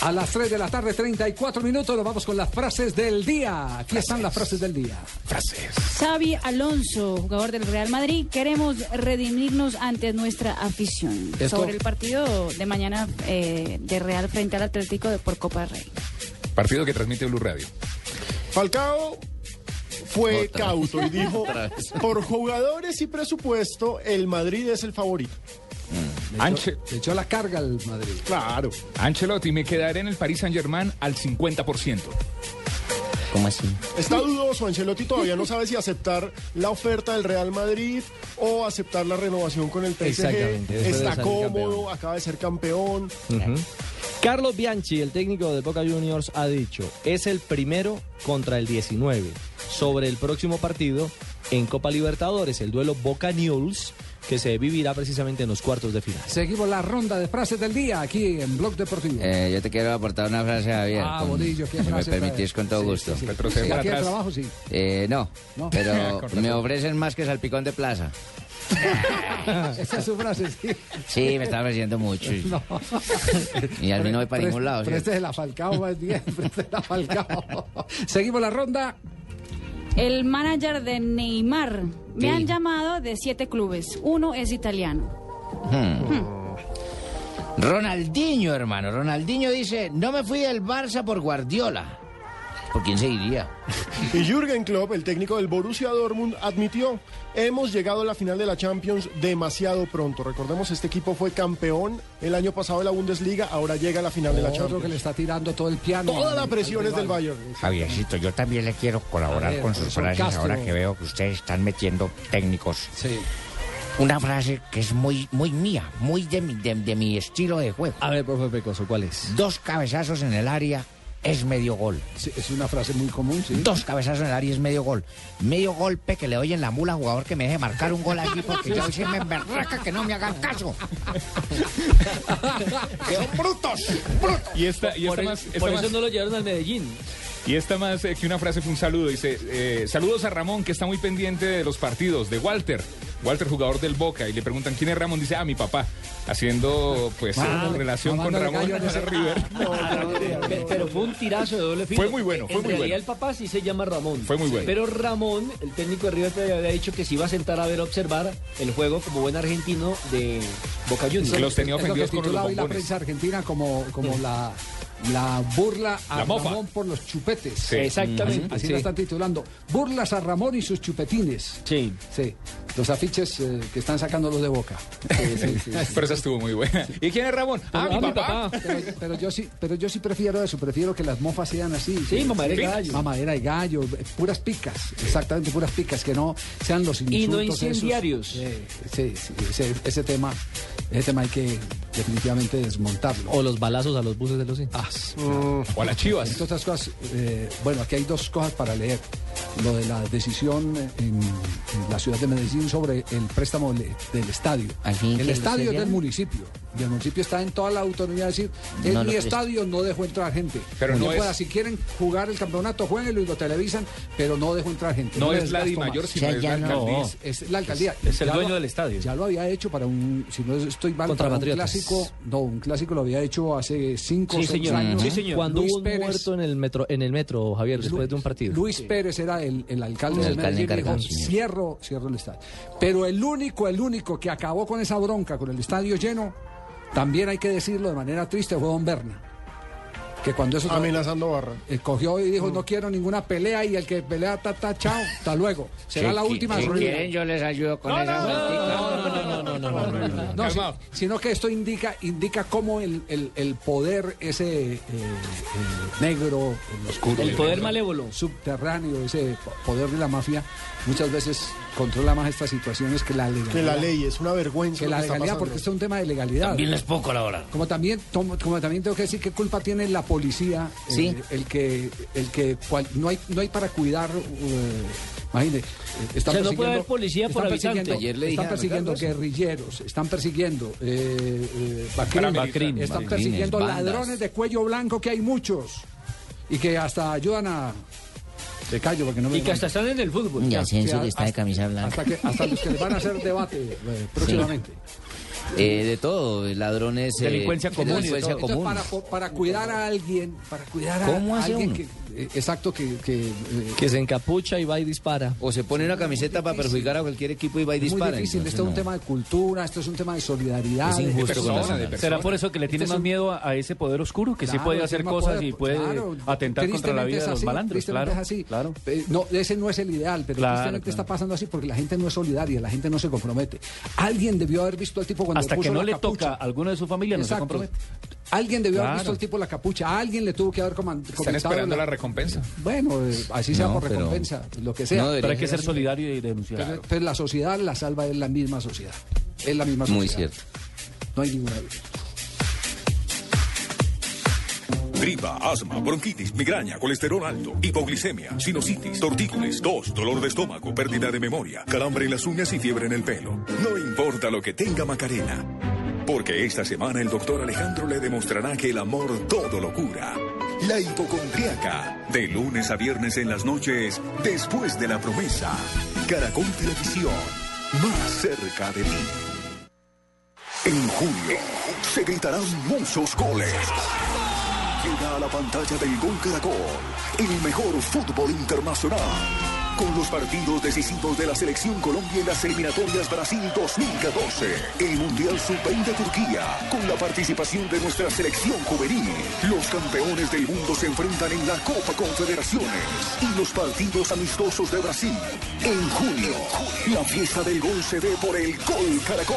A las 3 de la tarde, 34 minutos, nos vamos con las frases del día. Aquí están las frases del día. Frases. Xavi Alonso, jugador del Real Madrid, queremos redimirnos ante nuestra afición Esto- sobre el partido de mañana eh, de Real frente al Atlético de por Copa del Rey. Partido que transmite Blue Radio. Falcao fue Otra cauto y vez. dijo, Otra vez. por jugadores y presupuesto, el Madrid es el favorito. Anche- Le echó la carga al Madrid. Claro. Ancelotti, me quedaré en el Paris Saint-Germain al 50%. ¿Cómo así? Está dudoso, Ancelotti todavía no sabe si aceptar la oferta del Real Madrid o aceptar la renovación con el PSG. Exactamente, después de Está salir cómodo, campeón. acaba de ser campeón. Ujú. Carlos Bianchi, el técnico de Boca Juniors, ha dicho, es el primero contra el 19 sobre el próximo partido en Copa Libertadores, el duelo Boca News, que se vivirá precisamente en los cuartos de final. Seguimos la ronda de frases del día aquí en Blog Deportivo. Eh, yo te quiero aportar una frase, Javier. Ah, con- Bolillo, ¿qué si me frase trae? permitís, con todo gusto. Sí, aquí el trabajo, sí. Eh, no, No. [laughs] pero Con me ofrecen más que salpicón de plaza. [laughs] Esa es su frase, sí. Sí, me está ofreciendo mucho. Y, [laughs] No. y al menos no voy para Preste- ningún lado. ¿sí? Preste la Falcao más bien, [laughs] preste la Falcao. Seguimos la ronda. El manager de Neymar. Sí. Me han llamado de siete clubes. Uno es italiano. Hmm. Ronaldinho, hermano. Ronaldinho dice, no me fui del Barça por Guardiola. ¿Por quién se iría? Y Jürgen Klopp, el técnico del Borussia Dortmund, admitió, hemos llegado a la final de la Champions demasiado pronto. Recordemos, este equipo fue campeón el año pasado de la Bundesliga, ahora llega a la final de la Otro Champions. que le está tirando todo el piano. Toda la al- presión al es del rival. Bayern. Javiercito, yo también le quiero A colaborar ver, con sus profesor frases Castro. ahora que veo que ustedes están metiendo técnicos. Una frase que es muy, muy mía, muy de mi, de, de mi estilo de juego. A ver, profe Pecoso, ¿cuál es? Dos cabezazos en el área es medio gol. es una frase muy común, sí. Dos cabezazos en el área es medio gol. Medio golpe que le doy en la mula al jugador que me deje marcar un gol aquí porque yo sí me emberraca que no me hagan [laughs] caso. Que son brutos, brutos. Y esta, y Por, esta el- más. esta por eso más- no lo llevaron al Medellín. Y esta más eh, que una frase fue un saludo. Dice, eh, saludos a Ramón, que está muy pendiente de los partidos, de Walter. Walter, jugador del Boca. Y le preguntan, ¿quién es Ramón? Dice, ah, mi papá. haciendo pues Ah, eh, relación con mamándole Ramón gallo a ese- [laughs] ah, River. Pe- Pero fue un tirazo de doble filo. Fue muy bueno, fue En muy realidad bueno. el papá sí se llama Ramón. Fue muy bueno. Pero Ramón, el técnico de River Plate había dicho que se iba a sentar a ver observar el juego como buen argentino de Boca Juniors. Que los tenía Es lo que titula hoy la prensa argentina como, como la, la burla a La mofa. Ramón por los chupetes. Sí. Exactamente, Así, así sí. lo están titulando. Burlas a Ramón y sus chupetines. Sí. Sí. Los afiches eh, que están sacando los de boca. [laughs] Pero esa estuvo muy buena. ¿Y quién es Ramón? Ah, mi papá. Pero, pero yo sí, pero yo sí prefiero eso, prefiero que las mofas sean así. Sí, mamadera y gallo. Mamadera y gallo, eh, puras picas, exactamente puras picas, que no sean los Y no insultos esos. incendiarios. Eh, sí, sí, ese, ese tema, ese tema hay que definitivamente desmontarlo. Ah, O los balazos a los buses de los Mm, O a las chivas. Entre otras cosas, eh, bueno, aquí hay dos cosas para leer. Lo de la decisión en, en la ciudad de Medellín sobre el préstamo le- del estadio. que el lo estadio es sellaron. del municipio. Y el municipio está en toda la autonomía de decir, en No mi lo presta. estadio no dejo entrar gente. Pero Como no yo pueda, es- Si quieren jugar el campeonato, jueguenlo y lo televisan, pero no dejo entrar gente. No me es la desgasto Dimayor, más. sino O sea, es la ya no. alcaldía. Es, la alcaldía. Es- es el Ya dueño lo- del estadio. Ya lo había hecho para un, si no estoy mal, Contra para un Patriotas. clásico. No, un clásico lo había hecho hace cinco Sí, o seis señor. años. Sí, señor. Cuando Luis hubo un Pérez- muerto en el metro, en el metro Javier, después de un partido. Luis Pérez era el, el alcalde El de alcalde Medellín y dijo, encargado, señor. cierro, cierro el estadio. Pero el único, el único que acabó con esa bronca, con el estadio lleno, también hay que decirlo de manera triste, fue Don Berna. Que cuando eso... Amenazando barra. Eh, cogió y dijo, no quiero ninguna pelea, y el que pelea, ta, ta, chao, hasta [laughs] luego. Será la última Si ruina. quieren, yo les ayudo con esa vueltica. No, si- sino que esto indica, indica cómo el, el- el poder, ese eh, eh, negro, el oscuro, El poder malévolo. subterráneo, ese po- poder de la mafia, muchas veces controla más estas situaciones que la legalidad. Que la ley es una vergüenza. Que lo la está legalidad, pasando. porque esto es un tema de legalidad. También les puedo colaborar. Como también, tomo- como también tengo que decir qué culpa tiene la policía, eh, Sí. el que, el que cual- no hay, no hay para cuidar. eh, imagine, eh, están O sea, no puede persiguiendo- haber policía por están habitante. persiguiendo- Ayer le dije están a persiguiendo Ricardo eso. guerrilleros, están persiguiendo eh, eh, vaqueros, Paramilitares. están Vaquerines, persiguiendo bandas. ladrones de cuello blanco que hay muchos y que hasta ayudan a de callo porque no me Y que hasta están en el fútbol. Y Asensio Sí, que está de hasta- camisa blanca. hasta que hasta los que les van a [laughs] hacer debate eh, próximamente. Eh, de todo, ladrones. eh, Delincuencia común y de Delincuencia Entonces, común. para, po- para cuidar a alguien, para cuidar a, ¿Cómo hace alguien uno? que eh, exacto que, que, eh, Que se encapucha y va y dispara. O se pone una camiseta para perjudicar a cualquier equipo y va y es dispara. muy difícil, entonces, esto es un no. tema de cultura, esto es un tema de solidaridad. Es Ah, de- injusto de con las personas. ¿Será por eso que le tiene Este es más un- miedo a, a ese poder oscuro? Que sí Claro, puede el hacer tema cosas poder, y puede claro, atentar contra la tristemente vida es de los así, malandros. tristemente Claro, es así. claro. Eh, no, ese no es el ideal, pero Claro, tristemente claro. está pasando así porque la gente no es solidaria, la gente no se compromete. Alguien debió haber visto al tipo cuando Hasta puso que no la le capucha. toca a alguno de su familia, no se Exacto. compromete. Alguien debió haber Claro. visto al tipo la capucha, a alguien le tuvo que haber coman- Están comentado esperando la recompensa. Bueno, eh, así sea No, por pero- recompensa, lo que sea. No, debería Pero hay que ser solidario y denunciar. Pero, pero la sociedad la salva es la misma sociedad. Es la misma sociedad. Muy cierto. No hay ninguna duda. Gripa, asma, bronquitis, migraña, colesterol alto, hipoglicemia, sinusitis, tortícolis, tos, dolor de estómago, pérdida de memoria, calambre en las uñas y fiebre en el pelo. No importa lo que tenga Macarena. Porque esta semana el doctor Alejandro le demostrará que el amor todo lo cura. La hipocondriaca. De lunes a viernes en las noches, después de la promesa. Caracol Televisión. Más cerca de ti. En julio se gritarán muchos goles. Llega a la pantalla del Gol Caracol, el mejor fútbol internacional. Con los partidos decisivos de la Selección Colombia en las eliminatorias Brasil 2014, el Mundial Sub-20 de Turquía, con la participación de nuestra selección juvenil, los campeones del mundo se enfrentan en la Copa Confederaciones y los partidos amistosos de Brasil. En junio, la fiesta del gol se ve por el Gol Caracol.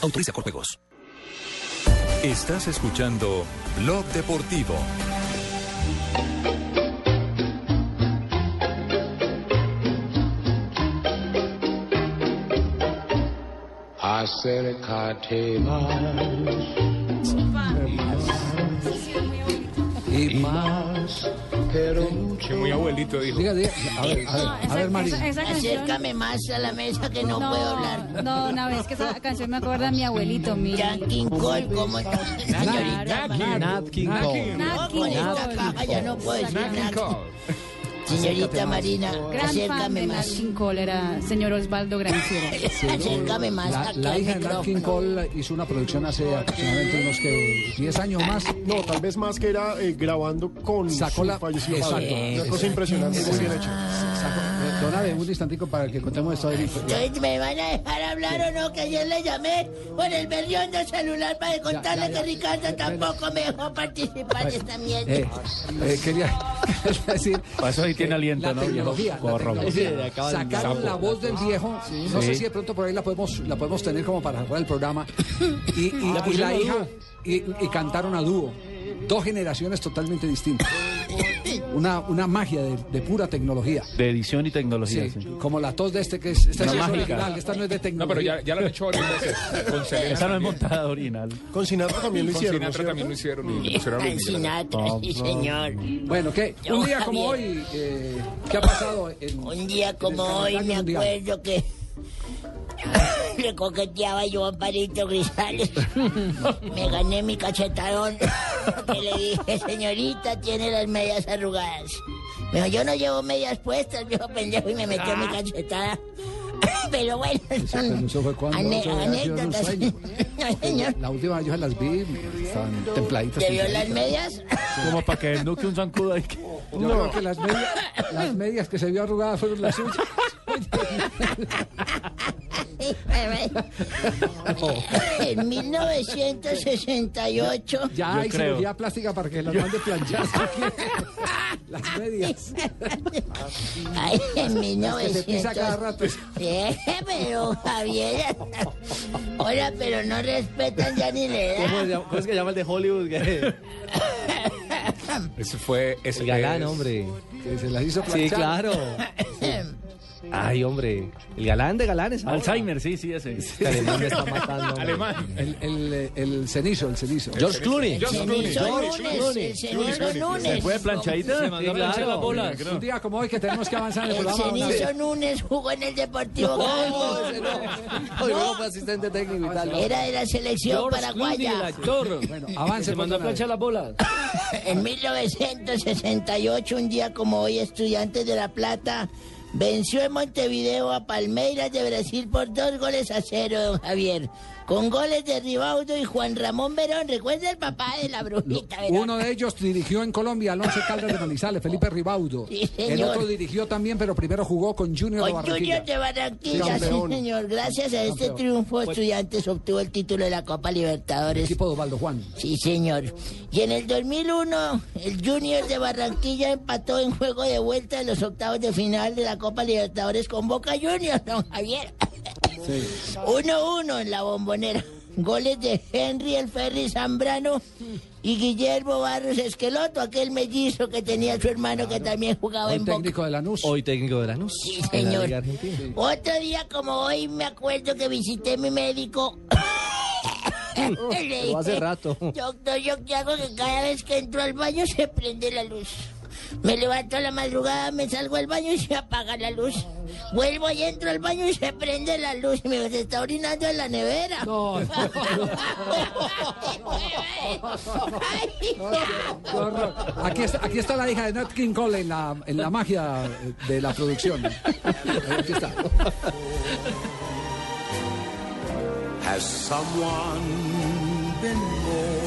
Autoriza con juegos. Estás escuchando Blog Deportivo. cerca te vas. Y más, pero Que muy abuelito dijo. Diga, diga, a ver, a ver, a ver, Mari. Eh, Acércame más a la mesa que no, puedo hablar. No, una vez que esa canción me acuerda a mi abuelito, mi. King Cole, ¿cómo está? Señorita, Nat King Nat Cole. King Cole. Con esta caja ya no puedo decir nada. Señorita Marina, Gran fan acércame de Nat más. King Cole era señor Osvaldo Granciera. [laughs] Acércame más La, aquí la al hija de Nat King micrófono. Cole hizo una producción hace aproximadamente unos que 10 años más. No, tal vez más que era eh, grabando con Sacó su la- fallecido Exacto. padre. Una Exacto. cosa impresionante, muy bien hecha. Donade, un instantico para que contemos esto. Adri. Entonces, ¿Me van a dejar hablar o no? Que ayer le llamé por el berrión del celular para contarle que Ricardo tampoco me dejó participar de esta mierda. Eh, eh, quería [laughs] quería decir. Pasó ahí tiene aliento, La ¿no? tecnología, la Corro. tecnología. Acaba el Sacaron sapo. la voz del viejo. No sé Sí. si de pronto por ahí la podemos, la podemos tener como para jugar el programa. Y, y- La y pusieron la a hija. dúo. Y, y cantaron a dúo. Dos generaciones totalmente distintas. Una, una magia de, de pura tecnología. De edición y tecnología. Sí, sí. Como la tos de este que es. Esta Una sí es mágica. original, esta no es de No, pero tecnología. ya, ya la han hecho varias veces. Con Selena Esa no es también. montada original. Con Sinatra también lo Con hicieron. Sinatra ¿no es también lo hicieron. y le pusieron a Luis Ay, Miguel. Sinatra, sí, señor. Bueno, ¿qué? Yo, Un día como Javier. hoy, eh, ¿qué ha pasado? en- Un día como en el hoy me calendario mundial? acuerdo que [laughs] le coqueteaba yo a Parito [laughs] Grisales. Me gané mi cachetadón que le dije, señorita, tiene las medias arrugadas. Me dijo, yo no llevo medias puestas, viejo pendejo, y me metió Ah. mi cachetada. [laughs] Pero bueno, son Eso fue cuando ane- eso había sido en un anécdotas. sueño. [laughs] No, señor. La última yo las vi, estaban templaditas. ¿Te vio las templaditas. medias? Como para que no que un zancudo ahí. que- Yo creo que las medias, las medias que se vio arrugadas fueron las suyas. Sí, bebé. [laughs] En 1968. Ya Yo hay creo. cirugía plástica para que las mande [laughs] planchadas aquí. Las medias. Ay, en Las que se pisa cada 1900. rato. Eh, pero Javier. Hola, pero no respetan ya ni la edad. ¿Cómo, se llama- cómo es que llama el de Hollywood? Ese fue. Ese El galán, es- hombre. Que se las hizo Sí, planchar. claro. Ay, hombre. El galán de galanes. ahora. Alzheimer, sí, sí, ese. Este alemán me [laughs] está matando. hombre. Alemán. El, el, eh, el cenizo, el cenizo. George Clooney. George Clooney. Cenizo lunes, el cenizo ¿Se lunes. fue de planchadita? Se mandó a planchar las bolas. Un día como hoy que [laughs] tenemos que avanzar en el El programa. don Abel. cenizo lunes jugó en el Deportivo No, Cali. ese no. Ay, no, fue asistente técnico y tal. Era de la selección George Clooney, el paraguaya. actor. [laughs] Avance, Se mandó a perdóname. planchar las bolas. En 1968, un día como hoy, Estudiantes de La Plata venció en Montevideo a Palmeiras de Brasil por dos goles a cero, don Javier. Con goles de Ribaudo y Juan Ramón Verón. Recuerda el papá de la brujita, Verón. Uno de ellos dirigió en Colombia, Alonso Caldas de Manizales, Felipe Ribaudo. Sí, señor. el otro dirigió también, pero primero jugó con Junior de Con Junior Barranquilla. de Barranquilla, Sí, sí, campeón. señor. Gracias a este triunfo, Estudiantes obtuvo el título de la Copa Pues- El Libertadores. equipo de Osvaldo Juan. Sí, señor. Y en el 2001, el Junior de Barranquilla empató en juego de vuelta en los octavos de final de la Copa Libertadores con Boca Juniors, don Javier. 1-1 en la bombonera. Goles de Henry el Ferri Zambrano y Guillermo Barros Esqueloto, aquel mellizo que tenía su hermano que también jugaba Hoy en Boca. técnico de Lanús. Hoy técnico de Lanús. Sí, de la señor. Liga Argentina. Otro día como hoy me acuerdo que visité a mi médico. [laughs] Le Pero hace dije, rato. Doctor, yo qué hago que cada vez que entro al baño se prende la luz. Me levanto a la madrugada, me salgo al baño y se apaga la luz. Vuelvo y entro al baño y se prende la luz. Y me dijo, se está orinando en la nevera. [laughs] No, no, Ay, qué horror. Aquí está, aquí está la hija de Nat King Cole en la, en la magia eh, de la producción. Aquí está. Has someone been more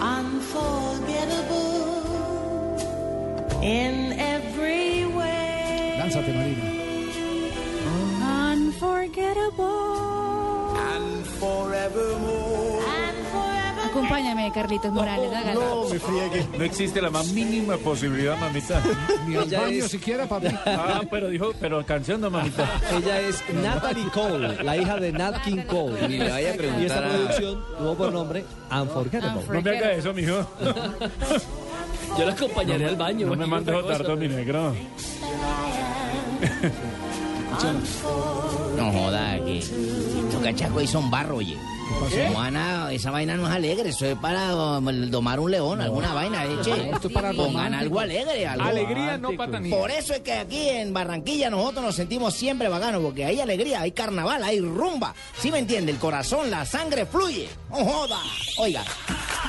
Unforgettable in every way. Lánzate, Marina. Unforgettable and forevermore? and forever. Acompáñame, Carlitos Morales, hágalo. No, me friegue. No existe la más mínima posibilidad, mamita. Ni al Ella baño es- siquiera, papi. Ah, pero dijo, pero canción no, mamita. Ella es Natalie Cole, la hija de Nat King Cole. Ni le vaya a Y esta preguntar a... producción tuvo por nombre Unforgettable. No me haga eso, mijo. Yo la acompañaré al baño. No me mandes a otra cosa. tardo, mi negro. selecciona. No joda, que estos cachacos son barro, oye. ¿Qué? No, Ana, esa vaina no es alegre, eso es para um, domar un león, alguna vaina, eh, che. no, esto es para Pongan románticos. algo alegre, algo. Alegría, no patanía. Por eso es que aquí en Barranquilla nosotros nos sentimos siempre bacanos, porque hay alegría, hay carnaval, hay rumba. ¿Sí me entiende? El corazón, la sangre fluye. No joda. Oiga,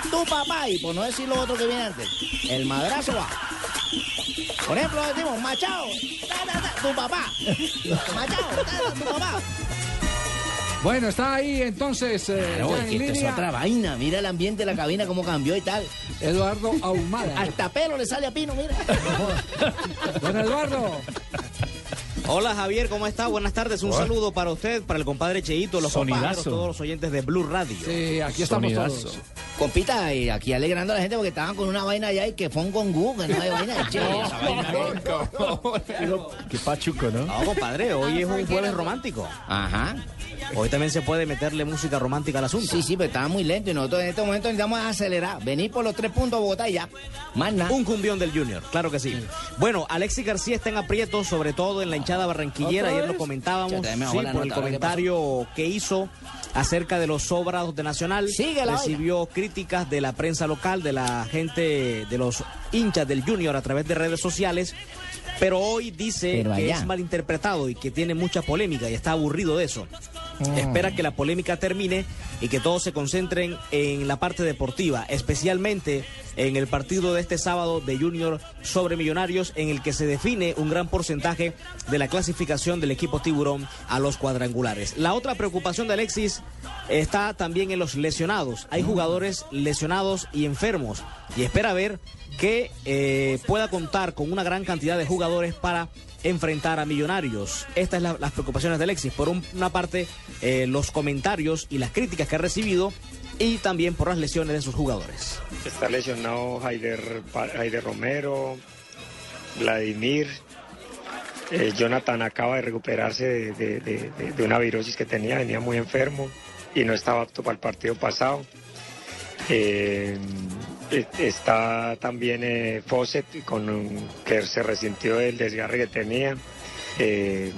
tu papá, y por no decir lo otro que viene antes, el madrazo va. Por ejemplo, decimos, machao, ta, ta, ta, tu papá. Machao, ta, ta, tu papá. Bueno, está ahí entonces. eh, Claro, ya es en que esto es línea. otra vaina. Mira el ambiente de la cabina, cómo cambió y tal. Eduardo Ahumada. Hasta pelo le sale a Pino, mira. Don Eduardo. Hola Javier, ¿cómo está? Buenas tardes. Un saludo para usted, para el compadre Cheito, los Sonidazo. compañeros, todos los oyentes de Blue Radio. Sí, aquí estamos Sonidazo. todos. Compita, y aquí alegrando a la gente porque estaban con una vaina allá y que fue un gongú, que no hay vaina de che. esa vaina no. Qué pachuco, ¿no? No, compadre, hoy es un pues. jueves romántico. Ajá. Hoy también se puede meterle música romántica al asunto. Sí, sí, pero estaba muy lento y nosotros en este momento necesitamos acelerar. Venir por los tres puntos a Bogotá y ya. Más nada. Un cumbión del Junior, claro que sí. Bueno, Alexis García está en aprieto, sobre todo en la hinchada barranquillera. ¿Otra Ayer vez? lo comentábamos Chata, me sí, bajó la por el nota, ahora qué comentario que hizo acerca de los sobrados de Nacional. Sigue la Recibió críticas de la prensa local, de la gente, de los hinchas del Junior a través de redes sociales. Pero hoy dice Pero que allá. es malinterpretado y que tiene mucha polémica y está aburrido de eso. Mm. Mm. Espera que la polémica termine y que todos se concentren en la parte deportiva, especialmente en el partido de este sábado de Junior sobre Millonarios, en el que se define un gran porcentaje de la clasificación del equipo tiburón a los cuadrangulares. La otra preocupación de Alexis está también en los lesionados. Hay jugadores lesionados y enfermos y espera ver que eh, pueda contar con una gran cantidad de jugadores para enfrentar a Millonarios. Estas es la- las preocupaciones de Alexis. Por un- una parte, eh, los comentarios y las críticas que ha recibido y también por las lesiones de sus jugadores. Está lesionado Jaider, Pa- Jaider Romero, Vladimir. eh, Jonathan acaba de recuperarse de, de- de- de- de una virosis que tenía, venía muy enfermo y no estaba apto para el partido pasado. Eh, eh, está también eh, Fawcett, con un- que se resintió del desgarre que tenía. Eh,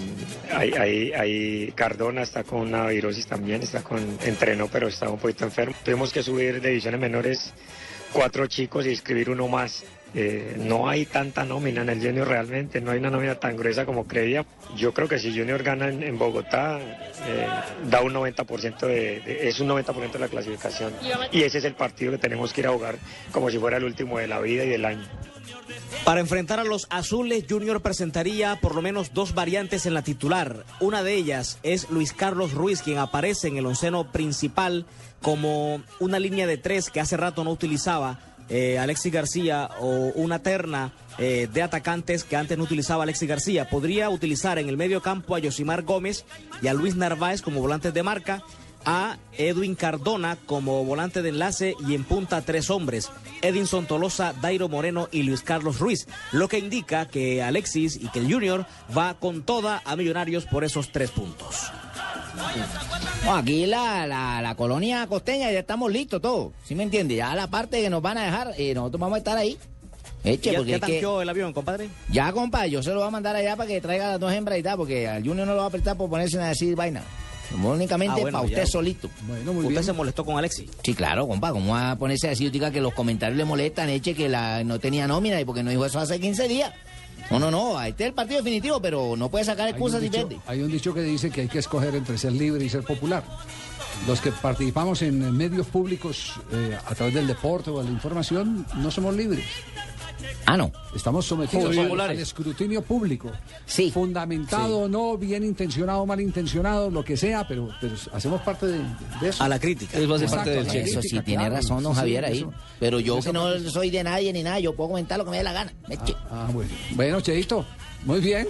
hay, hay- hay- Cardona está con una virosis también, está con entrenó pero está un poquito enfermo. Tuvimos que subir de divisiones menores cuatro chicos y escribir uno más. Eh, no hay tanta nómina en el Junior realmente, no hay una nómina tan gruesa como creía. Yo creo que si Junior gana en, en Bogotá, eh, da un 90% de, de- es un 90% de la clasificación. Y ese es el partido que tenemos que ir a jugar como si fuera el último de la vida y del año. Para enfrentar a los azules, Junior presentaría por lo menos dos variantes en la titular. Una de ellas es Luis Carlos Ruiz, quien aparece en el onceno principal como una línea de tres que hace rato no utilizaba eh, Alexis García o una terna eh, de atacantes que antes no utilizaba Alexis García. Podría utilizar en el medio campo a Yosimar Gómez y a Luis Narváez como volantes de marca a Edwin Cardona como volante de enlace y en punta tres hombres, Edinson Tolosa, Dairo Moreno y Luis Carlos Ruiz, lo que indica que Alexis y que el Junior va con toda a Millonarios por esos tres puntos. No, aquí la, la, la colonia costeña ya estamos listos todos. ¿Sí me entiende? Ya la parte que nos van a dejar, eh, nosotros vamos a estar ahí. Eche, ¿Ya, porque ya es que- tanqueó el avión, compadre? Ya, compa, yo se lo voy a mandar allá para que traiga las dos hembras y tal, porque al Junior no lo va a apretar por ponerse a decir vaina. Únicamente Ah, bueno, para ya. usted solito. Bueno, Usted se molestó con Alexis. Sí, claro, compa, ¿cómo va a ponerse a decir diga que los comentarios le molestan, eche que la no tenía nómina y porque no dijo eso hace 15 días? No, no, no, ahí está el partido definitivo, pero no puede sacar Hay un, excusas y dicho, verde. hay un dicho que dice que hay que escoger entre ser libre y ser popular. Los que participamos en medios públicos eh, a través del deporte o de la información no somos libres. Ah, no. Estamos sometidos Somos al, populares. al escrutinio público. Sí. Fundamentado o no, bien intencionado o mal intencionado, lo que sea, pero, pero hacemos parte de, de eso. A la crítica. Eso hace parte del cheque. Eso sí, Crítica, tiene claro, razón, don sí, sí, Javier ahí. eso. Pero Pues yo Esa que no soy de nadie ni nada, yo puedo comentar lo que me dé la gana. Eche. Ah, bueno. Bueno, Cheito, muy bien.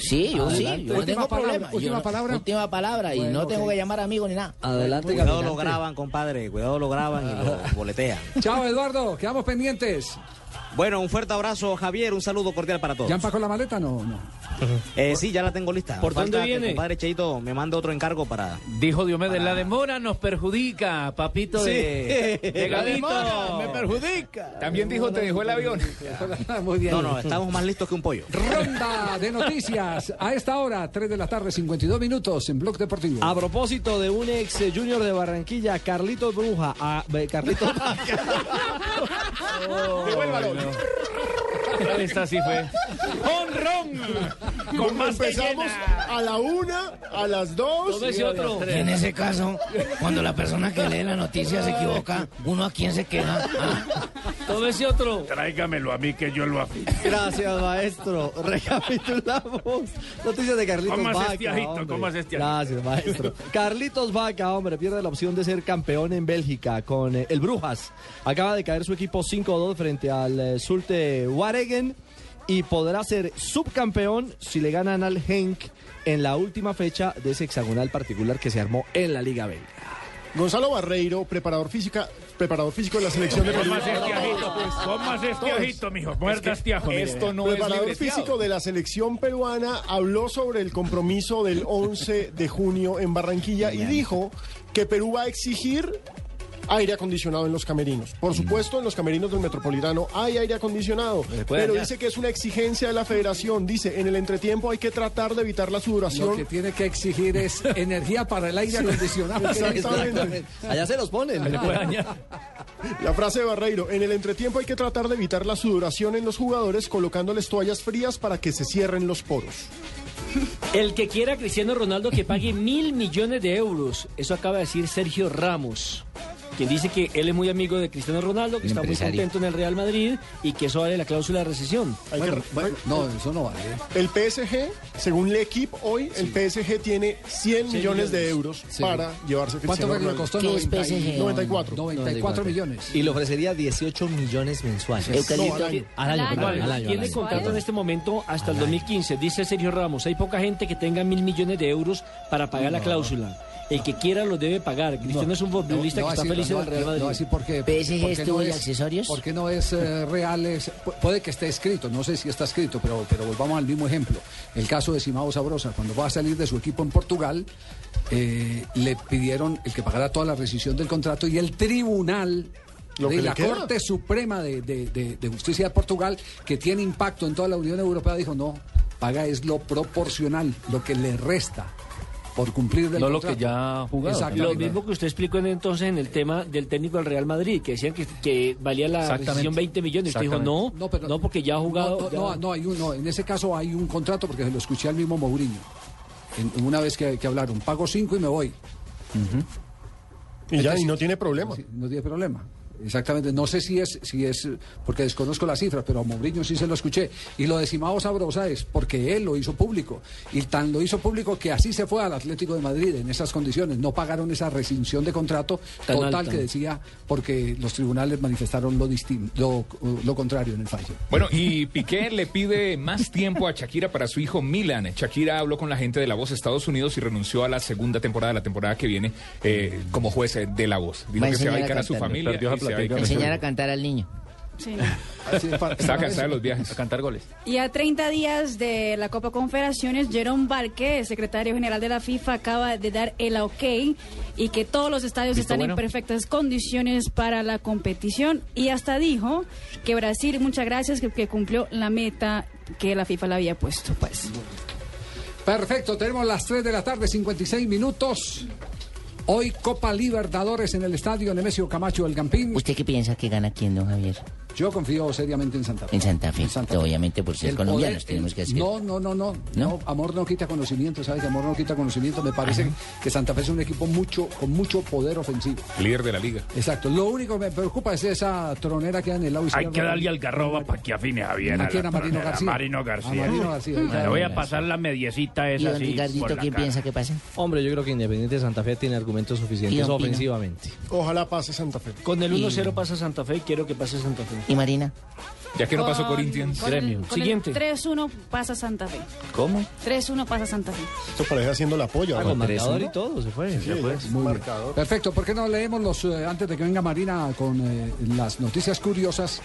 Sí, yo sí, yo no Última palabra, tengo problema. Yo última no- palabra. Última palabra, y Bueno, no ok. tengo que llamar amigo ni nada. Pues, Ah. [laughs] Cuidado lo graban, compadre, cuidado lo graban y lo boletean. Chao, Eduardo, quedamos pendientes. Bueno, un fuerte abrazo, Javier. Un saludo cordial para todos. ¿Ya empacó la maleta? No, [laughs] no. Eh, sí, ya la tengo lista. ¿Por Falta dónde que el viene? Compadre Cheito, me manda otro encargo para. Dijo Diomedes, la demora nos perjudica, papito de, de [laughs] La Gabito. demora me perjudica. También dijo, te dejó el avión. [laughs] Muy bien. No, no, estamos más listos que un pollo. Ronda de noticias a esta hora, 3 de la tarde, 52 minutos en Blog Deportivo. A propósito de un ex eh, junior de Barranquilla, Carlitos Bruja, a, eh, Carlitos, Devuélvalo. Esta sí fue. ¡Honrón! Con más empezamos a la una, a las dos. Todo ese otro. Y En ese caso, cuando la persona que lee la noticia se equivoca, ¿uno a quién se queja? Todo ese otro. Tráigamelo a mí que yo lo afino. [laughs] Gracias, maestro. Recapitulamos. Noticias de Carlitos ¿Cómo haces, Vaca. este ajito? hombre. ¿Cómo haces, este ajito? Gracias, maestro. Carlitos Vaca, hombre, pierde la opción de ser campeón en Bélgica con eh, el Brujas. Acaba de caer su equipo 5-2 frente al eh, Zulte Waregem y podrá ser subcampeón si le ganan al Henk en la última fecha de ese hexagonal particular que se armó en la Liga Belga. Gonzalo Barreiro, preparador física, preparador físico de la selección de ¿Cómo Perú. haces, este ajito? pues, ¿Cómo haces, este Todos. ajito, mijo? Muertas, este tiajo. mire. Pues preparador físico de la selección peruana habló sobre el compromiso del 11 de junio en Barranquilla y dijo que Perú va a exigir aire acondicionado en los camerinos. Mm. Por supuesto, en los camerinos del Metropolitano hay aire acondicionado, puede pero hallar. dice que es una exigencia de la federación. Dice, en el entretiempo hay que tratar de evitar la Lo sudoración. que tiene que [laughs] exigir es energía para el aire Sí, acondicionado. exactamente. Allá se los ponen. La frase de Barreiro, en el entretiempo hay que tratar de evitar la sudoración en los jugadores colocándoles toallas frías para que se cierren los poros. El que quiera a Cristiano Ronaldo que pague mil millones de euros. Eso acaba de decir Sergio Ramos, quien dice que él es muy amigo de Cristiano Ronaldo, que El está muy empresario. contento en el Real Madrid y que eso vale la cláusula de recesión. Bueno, bueno, no, eso no vale. El PSG, según el equipo hoy, el PSG tiene 100 millones, de euros Sí. para llevarse a ¿Cuánto Cristiano fue que le Ronaldo. costó? ¿Qué es 90 y- PSG? 94. 94 millones. Y le ofrecería 18 millones mensuales. Eucalipto. No, al año. Al año, perdón, al año, al Tiene año. contrato en Perdón. este momento hasta el 2015, dice Sergio Ramos. Hay poca gente que tenga mil millones de euros para pagar la No. cláusula. El que quiera lo debe pagar. Cristiano es un futbolista No, no que está así, feliz no, en el Real no, Madrid. no, así porque, PSG porque estuvo en es- accesorios. Porque no es eh, real. es- pu- puede que esté escrito, no sé si está escrito, pero, pero volvamos al mismo ejemplo. El caso de Simao Sabrosa, cuando va a salir de su equipo en Portugal, eh, le pidieron el que pagara toda la rescisión del contrato y el tribunal. Lo de que le la queda. Corte Suprema de, de- de- de Justicia de Portugal, que tiene impacto en toda la Unión Europea, dijo, no, paga es lo proporcional, lo que le resta por cumplir del No lo contrato. que ya ha jugado. Lo Exactamente. mismo que usted explicó en- entonces en el tema del técnico del Real Madrid, que decían que, que valía la Exactamente. decisión 20 millones. Usted dijo, no, Exactamente. no, No, pero- porque ya ha jugado. No, ya- no, no, hay un- no, en ese caso hay un contrato porque se lo escuché al mismo Mourinho. En- en una vez que, que hablaron, pago cinco y me voy. Y ya, y no tiene problema. No tiene problema. Exactamente, no sé si es, si es, eh, porque desconozco las cifras, pero a Mourinho sí se lo escuché. Y lo de Simao Sabrosa es porque él lo hizo público. Y tan lo hizo público que así se fue al Atlético de Madrid en esas condiciones. No pagaron esa rescisión de contrato Tan total alta. que decía, porque los tribunales manifestaron lo, distin- lo, lo contrario en el fallo. Bueno, y Piqué le pide más tiempo a Shakira para su hijo Milan. Shakira habló con la gente de La Voz Estados Unidos y renunció a la segunda temporada, la temporada que viene, eh, como juez de La Voz. Dijo Va a que se enseñar va a a dedicar a su cantar. familia. Perdió la y se va a platica. dedicar a su- Enseñar a cantar al niño. Está cansada de los viajes. A cantar goles. Y a 30 días de la Copa Confederaciones, Jerome Barque, secretario general de la FIFA, acaba de dar el ok y que todos los estadios ¿Visto están bueno? en perfectas condiciones para la competición. Y hasta dijo que Brasil, muchas gracias, que, que cumplió la meta que la FIFA le había puesto. Pues. Perfecto, tenemos las 3 de la tarde, 56 minutos. Hoy Copa Libertadores en el estadio Nemesio Camacho del Campín. ¿Usted qué piensa que gana quién, don Javier? Yo confío seriamente en Santa Fe. En Santa Fe. Obviamente por ser El colombianos poder- tenemos que hacer. No, no, no, no, no. Amor no quita conocimiento, ¿sabes? que Amor no quita conocimiento. Me parece que Santa Fe es un equipo mucho con mucho poder ofensivo. Líder de la liga. Exacto. Lo único que me preocupa es esa tronera que hay en el lado Hay izquierdo. que darle al garroba para que afine Javier. ¿A quién? la ¿A Marino tronera. García? Marino García. A Marino García, ahí está. Le voy a pasar la mediecita ¿Y esa don así. por Ricardito la quién cara. piensa que pasa? Hombre, yo creo que Independiente Santa Fe tiene argumentos suficientes Pino? ofensivamente. Ojalá pase Santa Fe. Con el Y- 1-0 pasa Santa Fe, quiero que pase Santa Fe. ¿Y Marina? Ya que no pasó Con- Corinthians. con el- Gremio. con el Siguiente. 3-1 pasa Santa Fe. ¿Cómo? 3-1 pasa Santa Fe. Esto parece haciendo la polla. Ah, ¿no? con marcador Tres, y todo, se fue. Sí, Muy bien. marcador. Perfecto, ¿por qué no leemos los eh, antes de que venga Marina con eh, las noticias curiosas?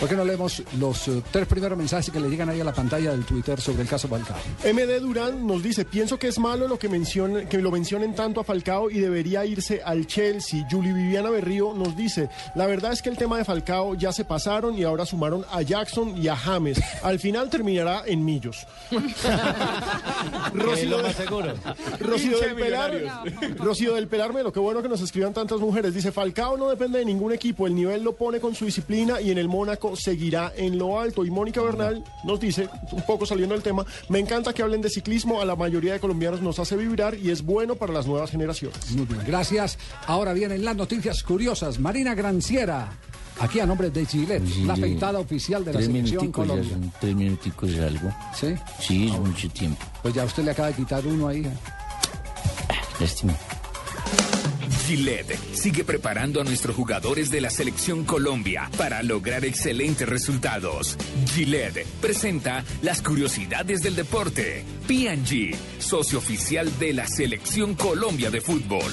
¿Por qué no leemos los eh, tres primeros mensajes que le llegan ahí a la pantalla del Twitter sobre el caso Balcao? MD Durán nos dice, pienso que es malo lo que, mencionen- que lo mencionen tanto a Falcao y debería irse al Chelsea. Julie Viviana Berrío nos dice, la verdad es que el tema de Falcao ya se pasaron y ahora sumaron a Jackson y a James. Al final terminará en Millos. Es Rocío, lo de- más seguro. Rocío Hincha del de Pelar, Millonarios. Rocío del Pelarme, lo que bueno que nos escriban tantas mujeres. Dice, Falcao no depende de ningún equipo, el nivel lo pone con su disciplina y en el Mónaco seguirá en lo alto. Y Mónica Bernal nos dice, un poco saliendo del tema, me encanta que hablen de ciclismo, a la mayoría de colombianos nos hace vibrar y es bueno para las nuevas generaciones. Muy bien, gracias. Ahora vienen las noticias curiosas. Marina Granciera, aquí a nombre de Chile, la afeitada oficial de la Tres selección minuticos, ya Colombia. son tres minuticos y algo. ¿Sí? Sí, es mucho tiempo. Pues ya usted le acaba de quitar uno ahí. ¿eh? Lástima. Gillette sigue preparando a nuestros jugadores de la selección Colombia para lograr excelentes resultados. Gillette presenta las curiosidades del deporte. P&G, socio oficial de la selección Colombia de fútbol.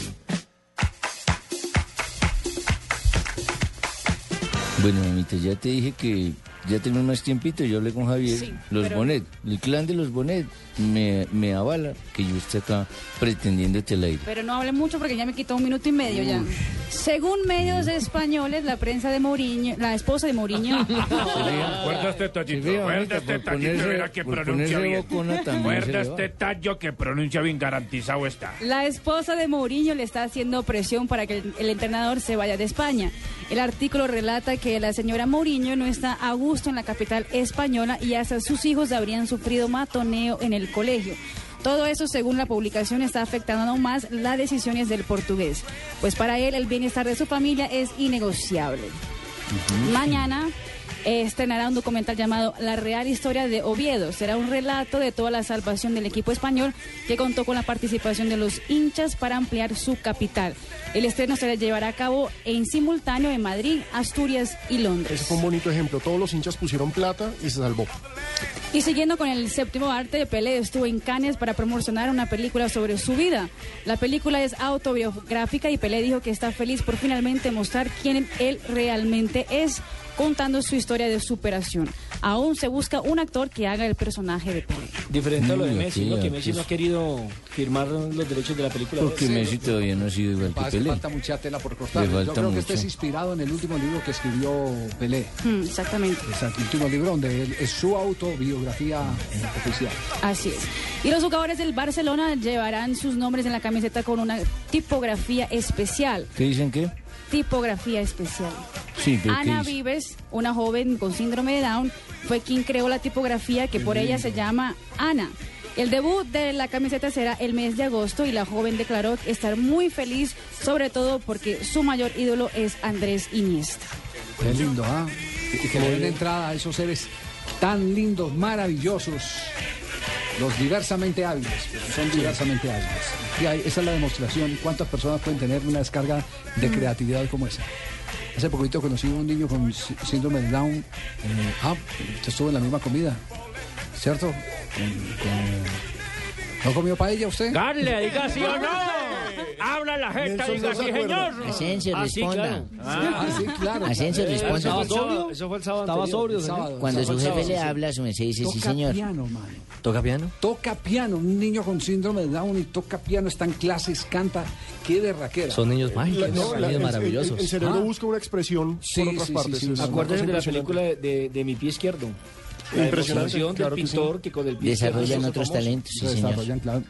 Bueno, mamita, ya te dije que ya tenemos más tiempito. Yo hablé con Javier. Sí, los pero- Bonet, el clan de los Bonet me, me avala que yo esté acá pretendiéndote el aire. Pero no hable mucho porque ya me quitó un minuto y medio ya. Según medios españoles, la prensa de Mourinho, la esposa de Mourinho. Muerda este tallito, Sí, vea, muerda ahorita, este por tallito, ponerse- verá que por pronuncia ponerse bien. bocona también se Muerda le va. este tallo que pronuncia bien, garantizado está. La esposa de Mourinho le está haciendo presión para que el, el entrenador se vaya de España. El artículo relata que la señora Mourinho no está a gusto en la capital española y hasta sus hijos habrían sufrido matoneo en el colegio. Todo eso, según la publicación, está afectando aún más las decisiones del portugués, pues para él el bienestar de su familia es innegociable. Mañana eh, estrenará un documental llamado La Real Historia de Oviedo. Será un relato de toda la salvación del equipo español que contó con la participación de los hinchas para ampliar su capital. El estreno se llevará a cabo en simultáneo en Madrid, Asturias y Londres. Ese fue un bonito ejemplo. Todos los hinchas pusieron plata y se salvó. Y siguiendo con el séptimo arte, Pelé estuvo en Cannes para promocionar una película sobre su vida. La película es autobiográfica y Pelé dijo que está feliz por finalmente mostrar quién él realmente es, contando su historia de superación. Aún se busca un actor que haga el personaje de Pelé. Diferente a lo de Mm, Messi, aquí, ¿no? Que aquí Messi no pues. es- ha querido firmar los derechos de la película. Porque Sí, Messi ¿no? todavía no ha sido igual que Pasa, Pelé. Falta mucha tela por cortar. Le Yo falta creo que este mucho. es inspirado en el último libro que escribió Pelé. exactamente. Exacto, el último libro donde él- es su autobiografía eh, oficial. Así es. Y los jugadores del Barcelona llevarán sus nombres en la camiseta con una tipografía especial. ¿Qué dicen qué? Tipografía especial. Sí, pero Ah, ¿qué Ana dicen? Vives, una joven con síndrome de Down, fue quien creó la tipografía que por ella se llama Ana. El debut de la camiseta será el mes de agosto y la joven declaró estar muy feliz, sobre todo porque su mayor ídolo es Andrés Iniesta. Qué lindo, ¿ah? Y que le den entrada a esos seres tan lindos, maravillosos, los diversamente hábiles, porque son diversamente hábiles. Y ahí- esa es la demostración, cuántas personas pueden tener una descarga de Mm. creatividad como esa. Hace poquito conocí a un niño con sí- síndrome de Down, eh, ah, estuvo en la misma comida, ¿cierto? Con- con- ¿No comió paella usted? Carle, diga sí o no. Habla la gente, Nelson diga no se sí, acuerda. señor. Asensio, Ah, sí, responda. claro. Ah, sí, claro. Asensio, Eh, responda. ¿eso fue el ¿Estaba sábado? sobrio? Eso fue el sábado Estaba anterior. sobrio, señor. Sábado, Cuando sábado, su jefe sábado, le sí, sí. habla, su mesé dice, sí, Toca señor. piano, mano. ¿Toca piano? Toca piano. Un niño con síndrome de Down y toca piano, está en clases, canta. Qué berraquera. Eh, Son niños mágicos, La- no, son la- niños el- maravillosos. El, el cerebro Ah. busca una expresión Sí, por otras sí, sí, partes. sí, Es sí. una Acuérdense de cosa la impresionante. película de, de- de Mi Pie Izquierdo. La Impresionante, demostración claro que del sí. pintor que con el pie Desarrollan izquierdo se hizo otros famoso. talentos, Se desarrollan, claro,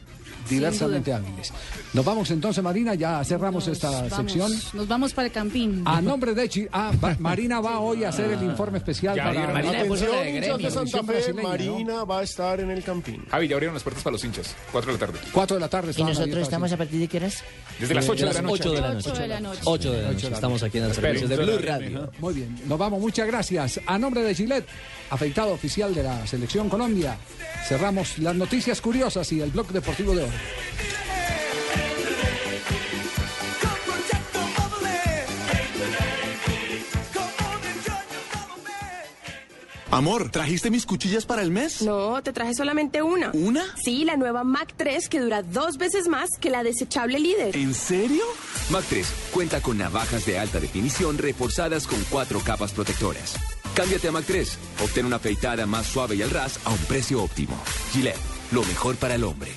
diversamente hábiles. Nos vamos entonces, Marina, ya cerramos esta Vamos, sección. Nos vamos para el campín. A nombre de Chi, ah, va- Marina va hoy a hacer el informe especial Ya para vieron. Marina le puso la Atención, de hinchas de gremio. Santa Selección Fe, brasileña, ¿no? Marina va a estar en el Campín. Javi, ya abrieron las puertas para los hinchas. 4 de la tarde. 4 de la tarde. ¿Y nosotros estamos a partir de qué horas? Desde las 8 de la noche. Eh, ocho de la noche. de la noche. 8 de la noche. Estamos aquí en el servicio de Blue Radio. Muy bien, nos vamos, muchas gracias. A nombre de Gillette, afeitado oficial de la Selección Colombia, cerramos las noticias curiosas y el blog deportivo de hoy. Amor, ¿trajiste mis cuchillas para el mes? No, te traje solamente una. ¿Una? Sí, la nueva Mac 3 que dura dos veces más que la desechable líder. ¿En serio? Mac 3 cuenta con navajas de alta definición reforzadas con cuatro capas protectoras. Cámbiate a Mac 3. Obtén una afeitada más suave y al ras a un precio óptimo. Gillette, lo mejor para el hombre.